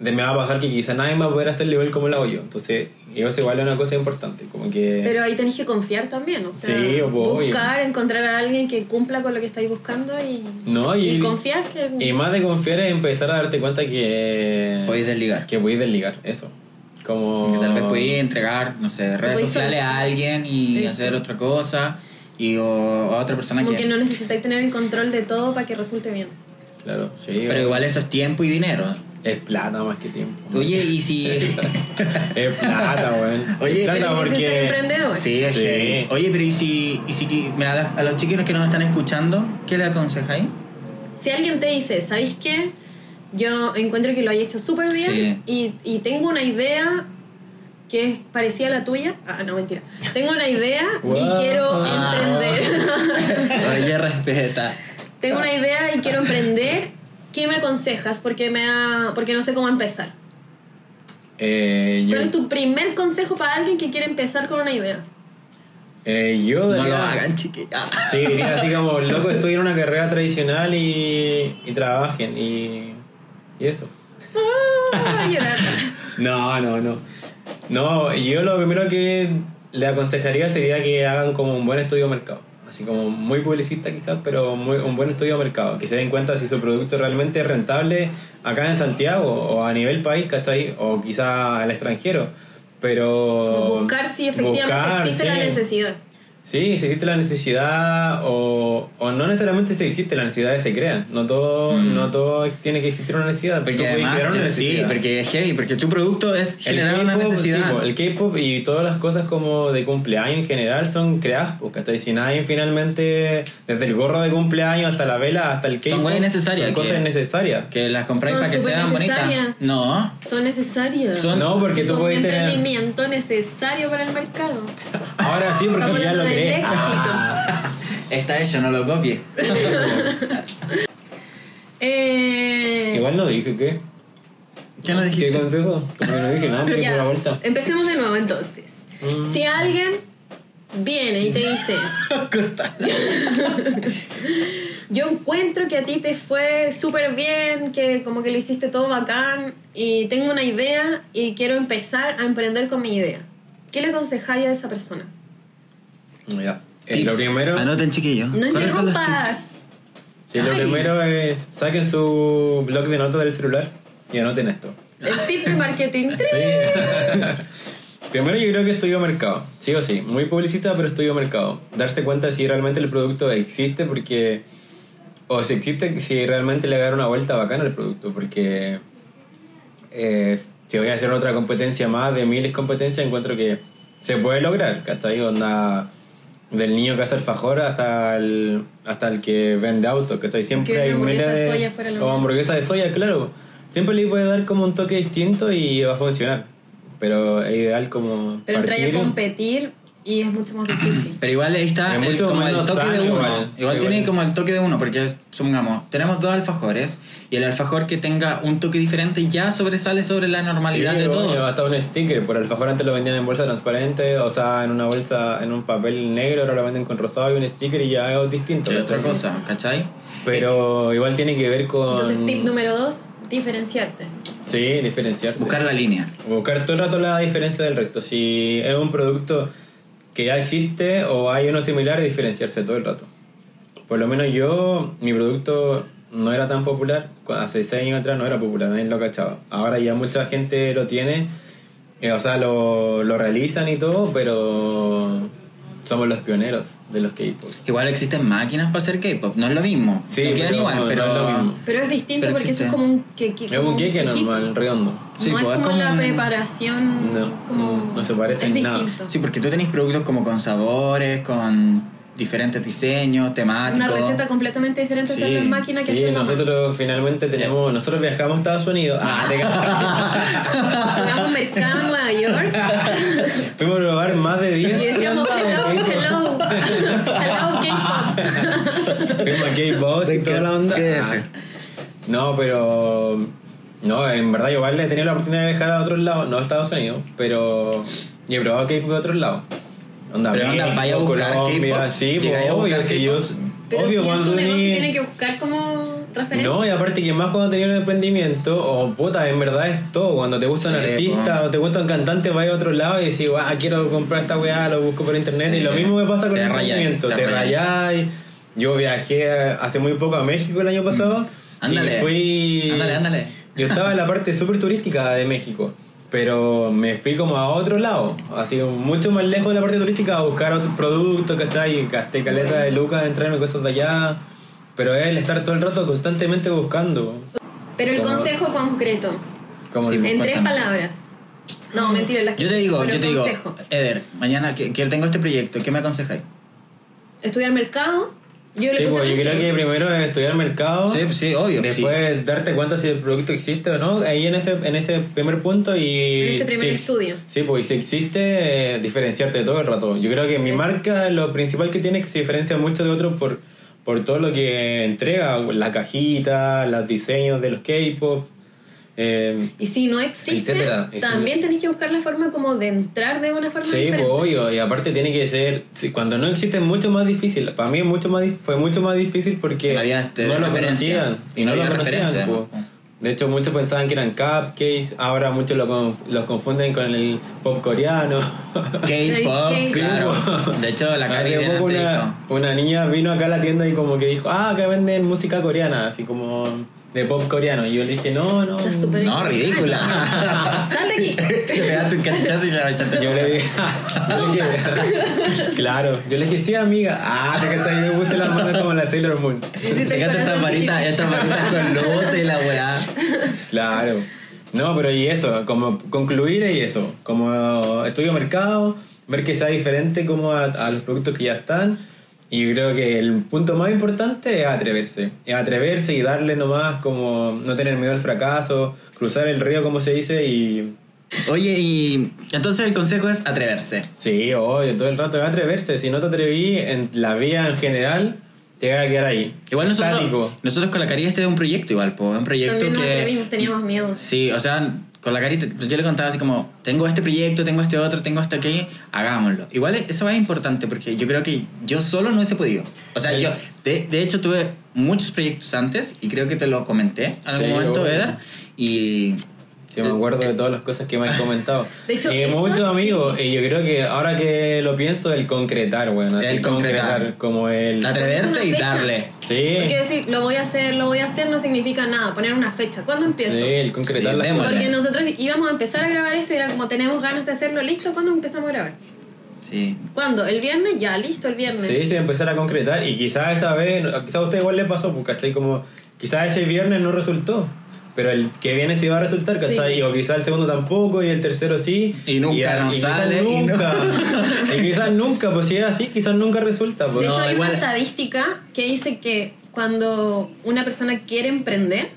C: de me va a pasar que quizá nadie más poder hacer el nivel como lo hago yo. Entonces, yo eso igual es una cosa importante, como que
A: Pero ahí tenés que confiar también, o sea,
C: Sí, obvio.
A: buscar, encontrar a alguien que cumpla con lo que estáis buscando y,
C: No, y-
A: confiar que
C: y más de confiar es empezar a darte cuenta que
B: Podéis desligar.
C: que podéis desligar, eso. Como
B: Que tal vez
A: Oh.
B: podéis entregar, no sé, redes
A: podéis
B: sociales a
A: soltar.
B: alguien y
A: Eso.
B: hacer otra cosa y o, o a otra persona
A: como que no necesitáis tener el control de todo para que resulte bien.
C: Claro, sí.
B: Pero
C: o-
B: igual eso es tiempo y dinero.
C: es plata más que tiempo.
B: Oye,
A: (laughs)
B: y si.
C: es plata, weón.
B: (laughs) Oye,
C: es
A: Pero tienes que
C: plata
A: ser
C: porque
A: emprendedor.
B: sí, es
C: Sí.
B: heavy. Oye, pero y si, y si qui- mira, a, las- a los chiquillos que nos están escuchando, ¿qué
A: (laughs)
B: le aconsejáis?
A: Si alguien te dice, ¿sabéis qué? Yo encuentro que lo hay hecho súper bien y, y tengo una idea que es parecida a la tuya. Ah, no, mentira. Tengo una idea y
C: Wow.
A: quiero
B: Ah.
A: emprender. (laughs)
B: Oye, respeta.
A: tengo una idea y quiero emprender. ¿Qué me aconsejas? Porque, me da- porque no sé cómo empezar.
C: eh, yo,
A: ¿Cuál es tu primer consejo para alguien que quiere empezar con una idea?
C: eh, yo
B: No lo
C: daría-
B: hagan, Ah. chiquillos.
C: Sí, diría así como, loco, estoy en una carrera tradicional y, y trabajen y, y eso.
A: Ah,
C: (laughs)
A: llorar.
C: No, no, no. No, yo lo primero que le aconsejaría sería que hagan como un buen estudio de mercado. así como muy publicista quizás, pero muy, un buen estudio de mercado, que se den cuenta si su producto realmente es rentable acá en Santiago o a nivel país, ¿cachai? O quizá al extranjero, pero...
A: Como buscar si efectivamente
C: buscar,
A: existe la
C: sí.
A: necesidad.
C: Sí, si existe la necesidad o, o no necesariamente si existe, las necesidades se crean. No todo,
B: Mm.
C: no todo tiene que existir una necesidad. tú
B: Porque
C: puedes
B: además,
C: crear una
B: sí,
C: necesidad.
B: porque es heavy, porque tu producto es
C: El
B: generar una
C: K-pop,
B: necesidad.
C: sí, po, el K-pop y todas las cosas como de cumpleaños en general son creadas, porque hasta si nadie finalmente, desde el gorro de cumpleaños hasta la vela, hasta el K-pop,
B: Son weas necesarias,
C: son
B: que-
C: cosas necesarias.
B: que las compráis
A: Son
B: para que
A: súper
B: sean bonitas.
A: necesarias.
B: No.
A: Son necesarias.
B: Son-
C: No, porque tú
A: Son
C: puedes
A: un
C: tener.
A: emprendimiento necesario para el mercado.
C: Ahora sí,
A: Estamos
C: porque ya lo
A: hablando
C: (laughs)
A: del
C: crees.
A: éxito.
B: Está hecho, no lo copies.
A: (laughs) Eh,
C: Igual no dije qué.
B: ¿Qué nos
C: ¿Qué
B: dijiste?
C: consejo? Como que no dije nada, pero
A: ya,
C: por la vuelta.
A: empecemos de nuevo entonces.
C: Mm.
A: Si alguien viene y te
C: (laughs)
A: dice, (laughs) yo encuentro que a ti te fue súper bien, que como que lo hiciste todo bacán y tengo una idea y quiero empezar a emprender con mi idea. ¿Qué le aconsejaría a esa persona?
C: Ya. Eh,
B: Tips. Ah,
C: Lo primero.
B: Anoten, chiquillos.
A: No
B: ¿Cuáles son los
A: interrumpas.
B: tips?
C: Sí, lo
B: Ay.
C: primero es saquen su blog de notas del celular y anoten esto.
A: El tip de
B: (laughs)
A: marketing.
C: Sí. (laughs) primero yo creo que estudio mercado, sí o sí, muy publicista pero estudio mercado. Darse cuenta si realmente el producto existe porque o si existe si realmente le dar una vuelta bacana al producto porque eh, si voy a hacer otra competencia más de miles de competencias encuentro que se puede lograr, ¿cachai? Onda del niño que hace alfajor hasta el, hasta el que vende autos, ¿cachai? Siempre
A: Que la
C: hay
A: hamburguesa
C: miles
A: de
C: de...
A: soya fuera lo
C: o
A: más.
C: hamburguesa de soya, claro. Siempre le puede dar como un toque distinto y va a funcionar. Pero es ideal como
A: Pero entrar a
C: partir-
A: competir y es mucho más difícil.
B: Pero igual ahí está
C: Es
B: el-
C: mucho
B: como el
C: menos
B: toque de
C: sano,
B: uno. Igual,
C: igual.
B: tiene
C: Igual.
B: como el toque de uno, porque es- supongamos, tenemos dos alfajores y el alfajor que tenga un toque diferente ya sobresale sobre la normalidad
C: Sí,
B: de
C: obvio,
B: todos.
C: Hasta un sticker, por alfajor antes lo vendían en bolsa transparente, o sea, en una bolsa, en un papel negro, ahora lo venden con rosado y un sticker y ya es distinto.
B: Que otra
C: ¿cachai?
B: cosa, ¿cachai?
C: Pero igual tiene que ver con...
A: Entonces, tip número dos, diferenciarte.
C: Sí, diferenciarte.
B: Eh, Buscar la línea.
C: Buscar todo el rato la diferencia del resto. Si es un producto que ya existe o hay uno similar, diferenciarse todo el rato. Por lo menos yo, mi producto no era tan popular. Cu- Hace seis años atrás no era popular, nadie lo cachaba. Ahora ya mucha gente lo tiene, eh, o sea, lo, lo realizan y todo, pero somos los pioneros de los K-pop.
B: Igual existen máquinas para hacer K-pop, no es lo mismo.
C: Sí,
B: no quedan
C: pero
B: igual,
C: no, no
B: pero.
C: es lo mismo.
A: Pero es distinto
B: Pero
A: porque
B: existe.
A: eso es como un quequi-
C: Es
A: como
C: un
A: un
C: queque
A: quequito.
C: normal, redondo.
B: Sí,
A: no es
B: pues,
A: como, la
B: un-
A: preparación.
C: No,
A: como-
C: no se parece
A: es
C: en nada.
A: distinto.
B: Sí, porque tú tenés productos como con sabores, con diferentes diseños,
A: Una
B: temáticos.
A: receta completamente diferente a las máquinas que
C: sí,
A: hacen
C: nosotros finalmente tenemos, nosotros viajamos a Estados Unidos. Ah, te
A: Llegamos a un mercado en Nueva York
C: Fuimos a probar más de
A: y
C: 10. (laughs)
A: decíamos hello, hello, hello K-pop.
C: (laughs) Fuimos a K-Boss y toda la onda. Ah.
B: ¿Qué es?
C: No, pero. No, en verdad, yo igual he tenido la oportunidad de viajar a otros lados, no a Estados Unidos, pero. Y he probado K-Pop de otros lados. Onda,
B: Pero onda,
C: México,
B: vaya a buscar
C: Colombia,
B: K-pop,
C: Sí,
B: llega
C: pues,
B: a buscar
C: obvio, si yo.
B: K-pop.
A: Pero
C: obvio,
A: si es
C: cuando
A: un
C: ni-
A: negocio tiene que buscar como referencia.
C: No, y aparte que más cuando tenía un emprendimiento, o puta, en verdad es todo. Cuando te gusta un
B: Sí,
C: artista
B: po.
C: o te gusta un cantante, vas a otro lado y decís, ah, quiero comprar esta weá, lo busco por internet.
B: Sí.
C: Y lo mismo me pasa con
B: Te
C: el
B: rayáis,
C: emprendimiento.
B: te
C: Te
B: rayáis.
C: rayáis. Yo viajé hace muy poco a México el año pasado.
B: Mm, Ándale.
C: Y fui.
B: Ándale, ándale.
C: (laughs) Yo estaba en la parte súper turística de México. Pero me fui como a otro lado, así mucho más lejos de la parte turística, a buscar otro producto, ¿cachai? Gasté caleta de lucas, entrarme cosas de allá. Pero es el estar todo el rato constantemente buscando.
A: Pero el
C: Como-
A: consejo concreto,
C: Como
B: Sí,
C: el-
A: en tres
B: cuéntame.
A: palabras. No, mentira, las que-
B: Yo te digo,
A: pero
B: yo te digo,
A: consejo.
B: Eder, mañana que, que tengo este proyecto, ¿qué me aconsejáis?
A: Estudiar mercado. Yo le
C: Sí,
A: puse
C: pues yo creo
A: atención.
C: que primero es estudiar el mercado.
B: Sí, sí, obvio. sí.
C: Oh. Después darte cuenta si el producto existe o no, ahí en ese, en ese primer punto y...
A: En ese primer
C: sí.
A: estudio.
C: Sí, pues y si existe, eh, diferenciarte todo el rato. Yo creo que mi
A: Eso.
C: marca, lo principal que tiene es que se diferencia mucho de otros por, por todo lo que entrega, la cajita, los diseños de los K-pop. eh,
A: Y si no existe,
C: Etcétera, etcétera.
A: también tenéis que buscar la forma como de entrar de una forma
C: Sí, pues,
A: diferente.
C: obvio, y aparte tiene que ser, sí, cuando no existe es mucho más difícil, para mí es mucho más, dif- fue mucho más difícil porque
B: No había, este,
C: no lo
B: referencia.
C: conocían y
B: No
C: no lo
B: había
C: conocían.
B: referencia,
C: pues.
B: ¿no?
C: De hecho, muchos pensaban que eran cupcakes, ahora muchos lo, conf- lo confunden con el pop coreano.
A: K-pop.
B: K-pop, claro. De hecho, (laughs) la cara
C: Hace
B: de
C: poco una,
B: dijo.
C: una niña vino acá a la tienda y como que dijo, ah, acá venden música coreana, así como de pop coreano. Y yo le dije, no, no.
A: Está súper
B: No, ridícula.
A: Sal
C: (laughs)
A: de Ah, aquí.
B: (laughs) Te pegaste un cachazo y se la echaste.
C: Yo le dije, yo le dije, (laughs) claro, yo le dije, sí, amiga. Ah, te que yo me puse las manos como la Sailor Moon.
B: Sacaste estas varitas, estas varitas con luz y la weá.
C: Claro. No, pero y eso, como concluir y eso, como estudio mercado, ver que sea diferente como a, a los productos que ya están. Y yo creo que el punto más importante es atreverse. Es atreverse y darle nomás como no tener miedo al fracaso, cruzar el río como se dice y...
B: Oye, y entonces el consejo es atreverse.
C: Sí, obvio, todo el rato es atreverse. Si no te atreví en la vida en general, te vas a quedar ahí.
B: Igual nosotros,
C: estático.
B: nosotros con la carita este es un proyecto igual, po, es un proyecto
A: También nos
B: que...
A: atrevimos, teníamos miedo.
B: Sí, o sea, con la carita, yo le contaba así como, tengo este proyecto, tengo este otro, tengo este aquí, hagámoslo. Igual eso es importante porque yo creo que yo solo no hubiese podido. O sea,
C: Sí.
B: yo, de, de hecho, tuve muchos proyectos antes y creo que te lo comenté en algún
C: Sí,
B: momento,
C: obvio.
B: Eder, y...
C: Sí, me acuerdo de todas las cosas que me has
B: (laughs)
C: comentado.
A: De hecho,
C: y
A: esto,
C: muchos
A: sí.
C: amigos, y yo creo que ahora que lo pienso, el concretar, bueno. así,
B: El concretar.
C: Como el...
B: Atreverse y
A: Una fecha.
B: darle.
C: Sí,
A: Porque decir, lo voy a hacer, lo voy a hacer, no significa nada. Poner una fecha. ¿Cuándo empiezo?
C: sí, el concretar
B: Sí,
C: las
B: démosle.
C: cosas.
A: Porque nosotros íbamos a empezar a grabar esto y era como, tenemos ganas de hacerlo, listo, ¿cuándo empezamos a grabar?
B: Sí.
A: ¿Cuándo? ¿El viernes? Ya, listo, el viernes.
C: Sí, sí, empezar a concretar. Y quizás esa vez, quizás a usted igual le pasó, pues, ¿cachai? Como, quizás ese viernes no resultó. Pero el que viene sí va a resultar, ¿cachai?
A: Sí.
C: O quizás el segundo tampoco y el tercero sí.
B: Y nunca
C: a-
B: nos
C: quizás
B: sale, y
C: Nunca. (laughs) Y, quizás nunca, pues si es así, quizás nunca resulta.
A: De
C: Pues.
B: No,
A: hecho, hay
B: igual-
A: una estadística que dice que cuando una persona quiere emprender,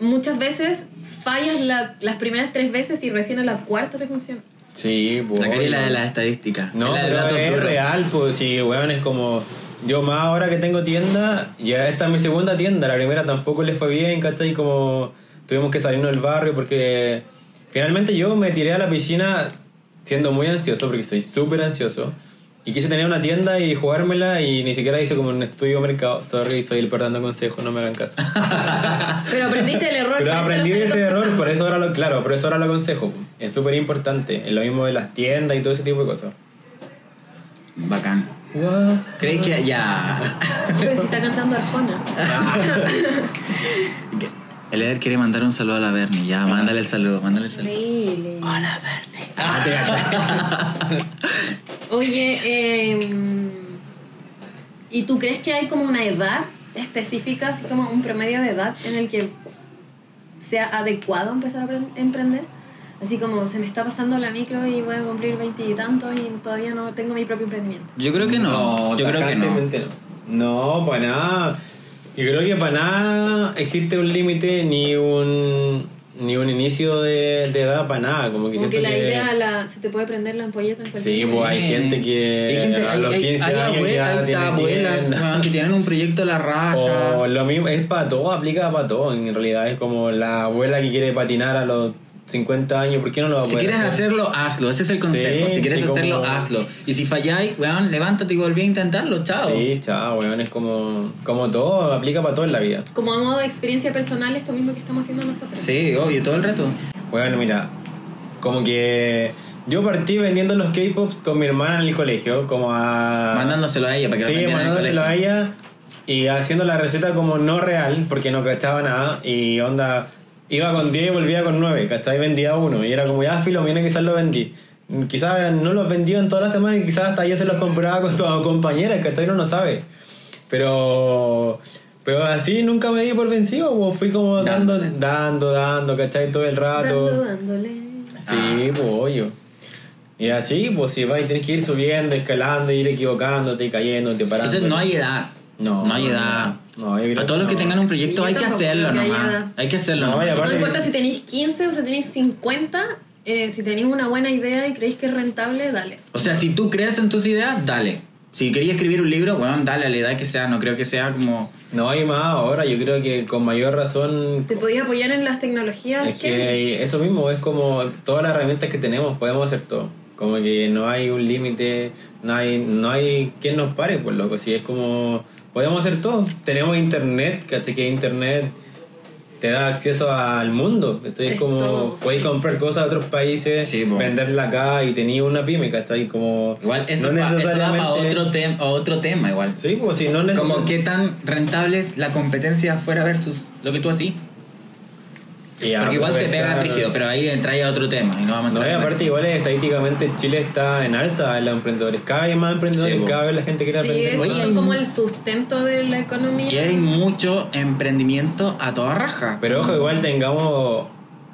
A: muchas veces fallas la- las primeras tres veces y recién a la cuarta te funciona.
C: Sí, pues.
B: La carita de
C: obvio.
B: las estadísticas.
C: No,
B: la de
C: pero
B: datos
C: es
B: duros.
C: real, pues si, weón, es como... Yo más ahora que tengo tienda, ya esta es mi segunda tienda, la primera tampoco le fue bien, ¿cachai? Como tuvimos que salirnos del barrio porque finalmente yo me tiré a la piscina siendo muy ansioso, porque soy súper ansioso, y quise tener una tienda y jugármela y ni siquiera hice como un estudio de mercado. Sorry, estoy dando consejos, no me hagan caso.
A: Pero aprendiste el error.
C: Ah. Pero
A: por eso
C: aprendí
A: lo
C: de ese
A: estás-
C: error, por eso ahora lo, claro, por eso ahora lo aconsejo. Es súper importante, es lo mismo de las tiendas y todo ese tipo de cosas.
B: Bacán. ¿Crees que ya? (laughs)
A: Pero si está cantando Arjona.
B: El Eder quiere mandar un saludo a la Bernie.
C: Ah.
B: Ya, mándale el saludo, mándale el saludo.
A: Increíble.
B: Hola, Bernie.
C: Ah,
A: Oye, eh, ¿y tú crees que hay como una edad específica, así como un promedio de edad en el que sea adecuado empezar a apren- emprender? Así como se me está pasando la micro y voy a cumplir veinte y tantos y todavía no tengo mi propio emprendimiento.
B: Yo creo que no. Yo creo que no.
C: tajantemente no. No, para nada. Yo creo que para nada existe un límite ni un ni un inicio de, de edad para nada. Como que
A: Como
C: siento
A: que la
C: que-
A: idea la, se te puede prender la ampolleta en cualquier
C: Sí, pues hay gente que
B: Hay gente-
C: a
B: hay-
C: los
B: hay-
C: 15
B: hay
C: años
B: abue-
C: ya
B: hay
C: tiene Oh,
B: abuelas
C: tienda.
B: weón, que tienen un proyecto a la raja.
C: O lo mismo, es para todo, aplica para todo. En realidad es como la abuela que quiere patinar a los 50 años, ¿por qué no lo va a
B: si
C: poder
B: quieres
C: hacer?
B: hacerlo, hazlo. Ese es el consejo.
C: Sí,
B: si quieres
C: sí, como-
B: hacerlo, hazlo. Y si falláis, weón, levántate y volví a intentarlo. Chao.
C: Sí, chao, weón, es como, como todo, aplica para todo en la vida.
A: Como a modo de experiencia personal, esto mismo que estamos haciendo nosotros.
B: Sí, obvio, todo el rato.
C: Bueno, mira, como que yo partí vendiendo los K-Pops con mi hermana en el colegio, como a...
B: Mandándoselo a ella para que lo
C: Ah. Sí,
B: vendieran en el
C: mandándoselo a
B: colegio.
C: ella y haciendo la receta como no real, porque no cachaba nada, y onda, iba con 10 y volvía con 9, ¿cachai? Vendía uno, y era como, ya, filo, mira, quizás lo vendí. Quizás no los vendía en toda la semana y quizás hasta ella se los compraba con sus compañeras, ¿cachai? Uno no sabe. Pero... Pero así nunca me di por vencido, pues, fui como dando,
B: Dándole.
C: dando, dando, ¿cachai? Todo el rato.
A: Dando, dándole.
B: Ah.
C: Sí, pues obvio. Y así, pues si vas, tienes que ir subiendo, escalando, ir equivocándote, cayéndote, parando.
B: Entonces no hay edad.
C: No,
B: hay edad.
C: no, yo creo
B: a todos los
C: que
B: que
C: no.
B: tengan un proyecto
A: Sí,
B: hay
A: yo
B: que
A: tampoco
B: hacerlo
A: creo que haya
B: nomás.
A: edad.
B: Hay que hacerlo
C: No,
B: nomás.
C: y
A: No
C: aparte-
A: importa si tenéis 15 o si tenéis 50, eh, si tenéis una buena idea y creéis que es rentable, dale.
B: O sea, si tú crees en tus ideas, dale. Si querías escribir un libro, weón, dale a la edad que sea. No creo que sea como...
C: No hay más ahora, yo creo que con mayor razón.
A: Te podías apoyar en las tecnologías.
C: Es
A: que-
C: que eso mismo, es como todas las herramientas que tenemos, podemos hacer todo. Como que no hay un límite, no hay, no hay quien nos pare, pues loco. Si es como, podemos hacer todo. Tenemos internet, ¿cachai? Que internet te da acceso al mundo. Entonces,
A: Es
C: como
A: todo,
C: podéis
A: sí.
C: comprar cosas de otros países,
B: Sí, po.
C: venderla acá y tenías una pyme, ¿cachai? Como.
B: Igual eso,
C: no
B: pa- eso da para
C: necesariamente-
B: otro, tem- a otro tema igual.
C: Sí, pues si no necesariamente.
B: Como qué tan rentable es la competencia afuera versus lo que tú así.
C: Y
B: Porque igual te
C: aprovechar-
B: pega rígido, pero ahí entra ya otro tema y no vamos a
C: pues, No,
B: entrar
C: y
B: en
C: aparte,
B: eso.
C: igual estadísticamente Chile está en alza en los emprendedores. Cada vez más emprendedores,
B: Sí, po.
C: cada vez la gente quiere
A: Sí,
C: aprender.
A: es
C: más.
B: Oye,
A: como-
B: hay
A: como
B: mu-
A: el sustento de la economía.
B: Y hay mucho emprendimiento a toda raja.
C: Pero ojo, igual tengamos,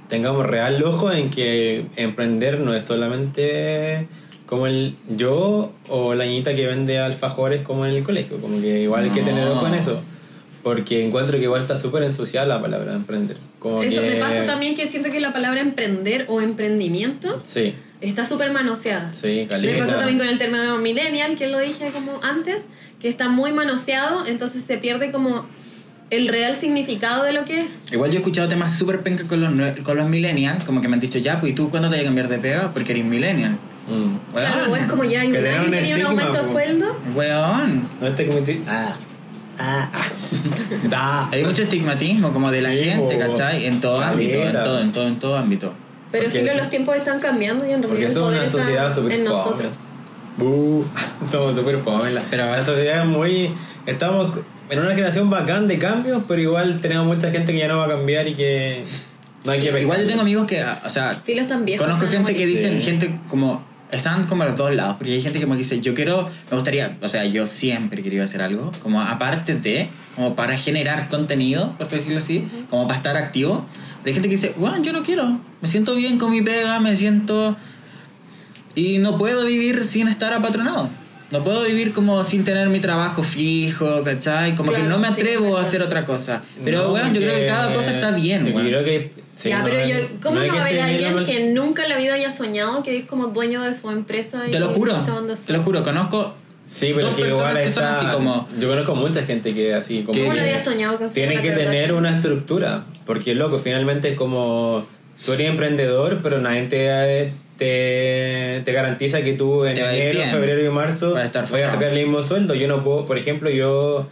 C: tengamos real ojo en que emprender no es solamente como el yo o la niñita que vende alfajores como en el colegio. Como que igual hay que tener
B: No.
C: ojo en eso. Porque encuentro que igual está súper ensuciada la palabra emprender. Como
A: Eso
C: que-
A: me pasa también que siento que la palabra emprender o emprendimiento
C: Sí,
A: está súper manoseada.
C: sí,
A: Me
C: caleta.
A: pasa también con el término millennial, que lo dije como antes, que está muy manoseado, entonces se pierde como el real significado de lo que es.
B: Igual yo he escuchado temas súper pencas con los, nue- con los millennials, como que me han dicho, ya, pues ¿y tú cuándo te vas a cambiar de pega? Porque eres millennial.
C: Mm.
B: Weón.
A: Claro, o es como ya hay
C: Que
A: un
C: tenga
A: año
C: un
A: que tenía un
C: estigma,
A: aumento de
C: po.
A: sueldo.
B: Weón.
C: No este comité. Ah. Ah. (laughs) Da.
B: Hay mucho estigmatismo como de la
C: Sí,
B: gente,
C: po.
B: ¿cachai? En todo
C: Caleta.
B: ámbito, en todo, en todo, en todo ámbito.
A: Pero
C: Porque
A: fíjate,
C: es-
A: los tiempos están cambiando y en
C: Porque
A: realidad el
C: somos
A: poder
C: una
A: está
C: sociedad súper
A: en
C: fome.
A: nosotros.
C: Buh. (laughs) Somos súper fome. la-
B: Pero-
C: la sociedad es muy. Estamos en una generación bacán de cambios, pero igual tenemos mucha gente que ya no va a cambiar y que. No hay que
B: Igual yo
C: pecar.
B: tengo amigos que, o sea,
A: Filos tan viejos.
B: Conozco
A: son
B: gente que
A: amarillos.
B: dicen,
C: Sí.
B: gente como, están como a los dos lados, porque hay gente que como que dice, yo quiero, me gustaría, o sea, yo siempre he querido hacer algo, como aparte de, como para generar contenido, por decirlo así, como para estar activo, pero hay gente que dice, bueno, yo no quiero, me siento bien con mi pega, me siento... Y no puedo vivir sin estar apatronado. No puedo vivir como sin tener mi trabajo fijo, ¿cachai? Como que
A: Claro,
B: no me
A: sí,
B: atrevo a
A: claro.
B: hacer otra cosa. Pero,
C: No,
B: weón, yo creo que
C: porque-
B: cada cosa está bien,
C: yo
B: weón.
C: creo que. sí,
A: ya,
C: no
A: pero
C: hay-
A: yo, ¿cómo
C: no
A: no,
C: hay
A: va a haber
C: tener la
A: alguien
C: mal-
A: que nunca en la vida haya soñado que es como dueño de su empresa? y
B: Te lo juro,
A: se manda
B: te lo juro, conozco
C: Sí, pero
B: dos
C: que igual
B: personas que son
C: está.
B: así como-
C: Yo conozco mucha gente que así como.
B: ¿Cómo
C: que-
A: no había soñado con ser
C: Tienen
A: una
C: que
A: Kardashian?
C: tener una estructura. Porque, loco, finalmente es como. Tú eres emprendedor, pero nadie te, te, te garantiza que tú en
B: Te va a ir
C: enero,
B: bien.
C: febrero y marzo
B: Vas a estar
C: voy a
B: forrado.
C: sacar el mismo sueldo. Yo no puedo, por ejemplo, yo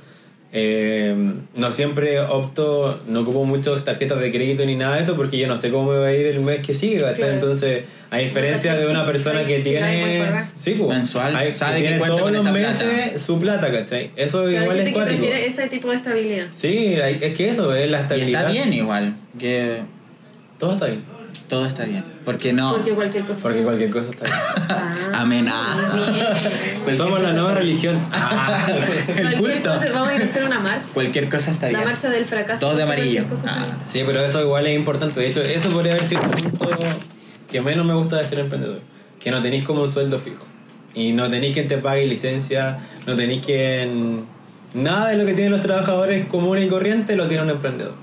C: eh, no siempre opto, no ocupo muchas tarjetas de crédito ni nada de eso porque yo no sé cómo me va a ir el mes que sigue. ¿cachai?
A: Claro.
C: Entonces, a diferencia de una
A: sí,
C: persona
A: sí,
C: que
A: sí, la hay por
C: tiene
A: pagar.
C: sí, pues,
B: Mensual,
C: hay-
B: sabe que
C: tiene
B: cuenta
C: todos
B: con
C: los
B: esa
C: meses
B: plata.
C: su plata, ¿cachai? Eso
A: Claro,
C: igual
A: hay
C: es
A: gente que
C: cuático.
A: prefiere ese tipo de estabilidad.
C: Sí, hay- es que eso es la
B: y
C: estabilidad.
B: está bien igual, que
C: Todo está bien.
B: todo está bien, porque no.
A: Porque cualquier cosa.
C: Porque cualquier cosa Pues está bien.
A: Ah, (laughs)
B: Amenaza.
A: bien.
B: Cualquier
C: Somos la
B: cosa está
C: nueva
B: bien.
C: religión.
B: El (laughs)
A: Cualquier
B: culto.
A: cosa, vamos a ir a hacer una marcha.
B: Cualquier cosa está
A: La
B: bien.
A: marcha del fracaso.
B: Todos de
A: Cualquier
B: amarillo.
A: cosa está bien.
C: Sí, pero eso igual es importante. De hecho, eso podría haber sido el punto que menos me gusta de ser emprendedor. Que no tenéis como un sueldo fijo. Y no tenéis quien te pague licencia, no tenéis quien... Nada de lo que tienen los trabajadores común y corriente lo tiene un emprendedor.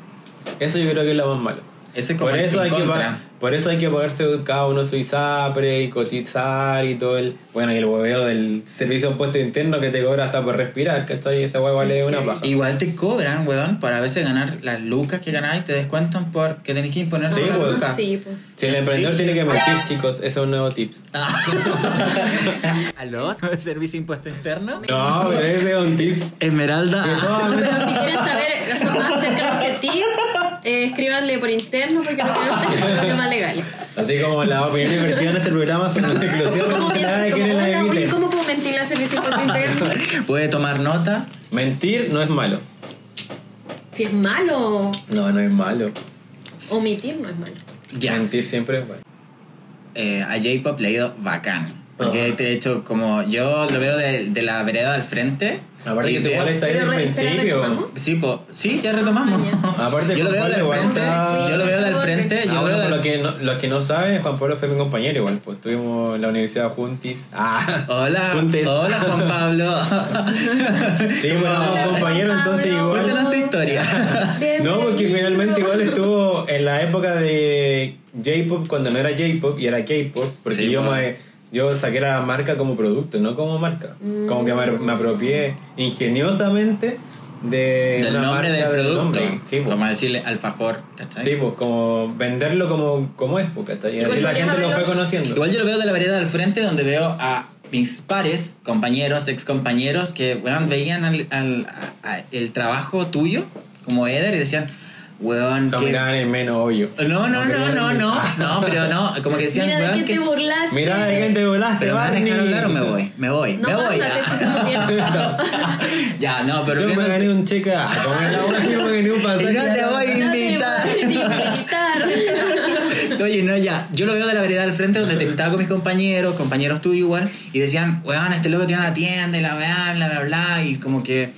C: Eso yo creo que es lo más malo.
B: Ese es como
C: Por
B: el
C: eso,
B: en
C: hay que
B: contra.
C: pa- por eso hay que pagarse cada uno su ISAPRE y cotizar y todo el... Bueno, y el hueveo del servicio de impuesto interno que te cobra hasta por respirar, ¿cachai? Esa hueá vale una paja.
B: Igual te cobran, weón, para a veces ganar las lucas que ganáis, te descuentan porque tenés que imponer
C: Sí,
B: sobre las
C: pues.
B: lucas.
A: Sí, pues.
C: Si el emprendedor tiene que mentir, chicos, ese es un nuevo tips.
B: (laughs) ¿Aló? ¿Servicio impuesto interno?
C: No, pero ese es un tips.
B: (laughs) Esmeralda.
A: Pero si quieren saber eso más acerca de ese tip, eh, escríbanle por interno porque no creo que ustedes son temas legales.
C: Así como las opiniones vertidas en este
A: (laughs)
C: programa son una exclusión
A: ¿Cómo,
C: de nada que la
A: hola, oye,
C: eviten.
A: ¿Cómo puedo mentir la servicio
C: (laughs)
A: por interno?
B: Puede tomar nota.
C: Mentir no es malo.
A: Si es malo,
C: No, no es malo.
A: omitir no es malo.
B: Ya.
C: Mentir siempre es bueno.
B: eh, a J-Pop le ha ido bacán. Porque de hecho, como yo lo veo de, de la vereda al frente.
C: Aparte
B: y
C: que tú
B: veo-
C: igual estás en
A: Pero
C: el
A: re- espera,
C: principio.
A: ¿retomamos?
B: Sí, po, sí, ya retomamos.
A: Ah,
C: Aparte,
B: yo lo
C: Juan
B: veo
C: Pablo
B: del
C: igual
B: frente.
C: está-
B: Yo lo veo del frente. yo
C: Ah, bueno,
B: lo
C: para
B: veo
C: los
B: del
C: que, no, los que no saben, Juan Pablo fue mi compañero igual. Pues estuvimos en la universidad juntis. (laughs) Ah,
B: Hola,
C: juntes.
B: hola Juan Pablo.
C: (laughs) Sí, bueno,
A: Hola,
C: compañero,
A: Juan
C: entonces
A: Pablo.
C: igual.
B: Cuéntanos tu historia.
C: No, porque finalmente igual estuvo en la época de J-pop cuando no era J-pop y era K-pop, porque
B: Sí, pues.
C: yo,
B: bueno.
C: me- yo saqué la marca como producto, no como marca. Como que me, me apropié ingeniosamente de.
B: Del
C: una
B: nombre del
C: marca
B: producto.
C: nombre. Sí, pues.
B: Como decirle alfajor, ¿cachai?
C: Sí, pues, como venderlo como, como es, pues, ¿cachai? Y así
A: Igual
C: la
A: podrías
C: gente lo fue
A: haberlo-
C: conociendo.
B: Igual yo lo veo de la vereda al frente donde veo a mis pares, compañeros, excompañeros que weón, veían al- al- a- a- el trabajo tuyo como Eder y decían, weón, que...
C: Caminar en menos hoyo.
B: No, no,
C: Caminar
B: no,
C: en
B: no,
C: menos-
B: no, no, pero no, como que decían,
A: Mira, ¿de
B: weón,
A: qué
B: que...
A: te burlaste?
C: Mira, ¿de qué te volaste,
B: ¿Pero me van a
C: Ah, Barney?
B: dejar hablar o me voy? Me voy,
A: No,
B: me voy.
A: mándale,
B: ya.
A: si no quieres.
B: (laughs)
C: (laughs)
B: ya, no, pero...
C: Yo me
B: viendo-
C: gané un cheque. ah, como en la wea, yo me gané un pasaje.
B: Y no te voy.
A: No te
B: Invitar.
A: puedo ni
C: (laughs)
A: invitar.
B: Oye, no, ya. Yo lo veo de la vereda al frente donde te invitaba con mis compañeros, compañeros tuyos igual, y decían, weón, este loco tiene una tienda y la weá, bla, bla, bla, y como que.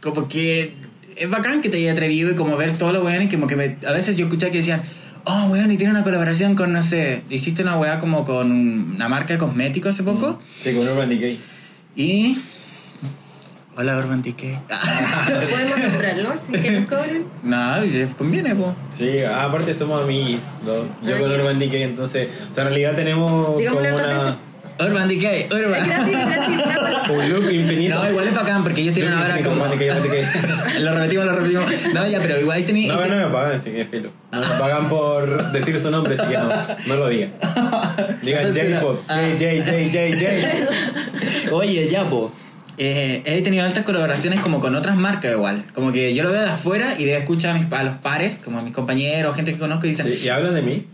B: Como que. Es bacán que te haya atrevido y como ver todos los weones, como que me- a veces yo escuchaba que decían, oh, weón, y tiene una colaboración con, no sé, hiciste una weá como con un- una marca de cosméticos hace poco,
C: Sí, con Urban Decay.
B: y. Hola, Urban Decay.
A: Podemos comprarlo si que nos
C: (laughs)
A: cobren.
B: (laughs) no, y conviene, po.
C: Sí, ah, aparte somos amigos. ¿no? Yo
A: Ah,
C: con
A: ya.
C: Urban Decay, entonces, o sea, en realidad tenemos como
A: Digámosle otras
C: una,
B: Urban Decay,
A: Es
B: Urban.
A: gratis, gratis. gratis.
C: un look
B: (laughs)
C: infinito.
B: No, igual es bacán porque ellos tienen
C: Look
B: ahora
C: infinito,
B: como...
C: Urban Decay, Urban
B: (laughs)
C: Decay.
B: lo repetimos, lo repetimos. No, ya, pero igual este tení.
C: No, pero no me pagan, así que filo.
B: Ah.
C: No me pagan por decir su nombre, así que no, no lo digan. Digan
B: Eso sí, no.
C: J-Pop,
B: este- Ah.
C: J, J, J,
B: (laughs)
C: J, J.
B: Oye, ya, po. Eh, he tenido altas colaboraciones como con otras marcas igual. Como que yo lo veo de afuera y de escuchar a, mis, a los pares, como a mis compañeros, gente que conozco y dicen...
C: Sí, ¿Y hablan de mí?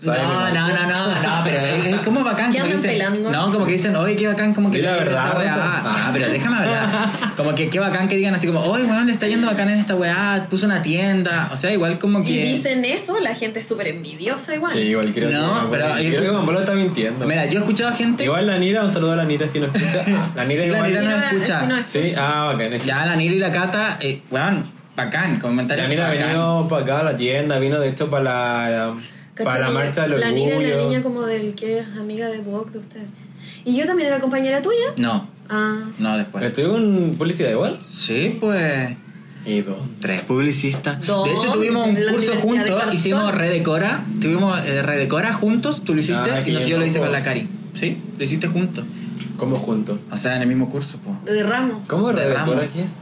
B: No,
C: ¿Saben mi
B: no,
C: marca?
B: no, no, no, pero es, es como
A: (laughs)
B: bacán.
A: ¿Qué
B: como que
A: andan
B: dicen-
A: pelando?
B: No, como que dicen, oye, qué bacán, como que.
C: Di la
B: le-
C: verdad,
B: esta weá".
C: Gonzalo.
B: Ah, pero déjame
C: (laughs)
B: hablar. Como que qué bacán que digan así como, oye, weón, le está yendo bacán en esta weá, puso una tienda. O sea, igual como que.
A: Y dicen eso, la gente es súper envidiosa igual.
C: Sí, igual creo
B: No,
C: que
B: pero-
C: creo que Mambo lo está mintiendo.
B: Mira, yo he escuchado gente.
C: Igual la Nira, un saludo a la Nira si nos escucha. La Nira
B: Sí, la
C: igual.
B: Nira
A: Si
B: no
A: no,
B: escucha.
A: si no
C: Sí, ah, bacán. es-
B: Ya la Nira y la Cata, eh, weón, bacán, comentarios.
C: La Nira ha
B: bacán.
C: venido para acá a la tienda, vino de hecho para la,
A: ¿Cachai?
C: para la marcha del
A: La niña es la niña
C: orgullo.
A: como del que es amiga de Vogue de usted. Y yo también era compañera tuya.
B: No,
A: Ah.
B: no después.
C: Estuve con publicidad igual.
B: Sí, pues.
C: Y todo.
B: Tres publicistas.
A: Dos,
B: De hecho, tuvimos un
A: en la
B: curso
A: Universidad de
B: juntos,
A: Cartón.
B: hicimos Redecora, tuvimos eh, Redecora juntos, tú lo hiciste
C: Ah,
B: y
C: qué
B: nos- yo lo hice
C: loco.
B: con la Cari. ¿Sí? Lo hiciste juntos.
C: ¿Cómo juntos?
B: O sea, en el mismo curso, po.
A: Lo de Ramos.
C: ¿Cómo
B: De
C: redactora
B: Ramos.
C: aquí eso?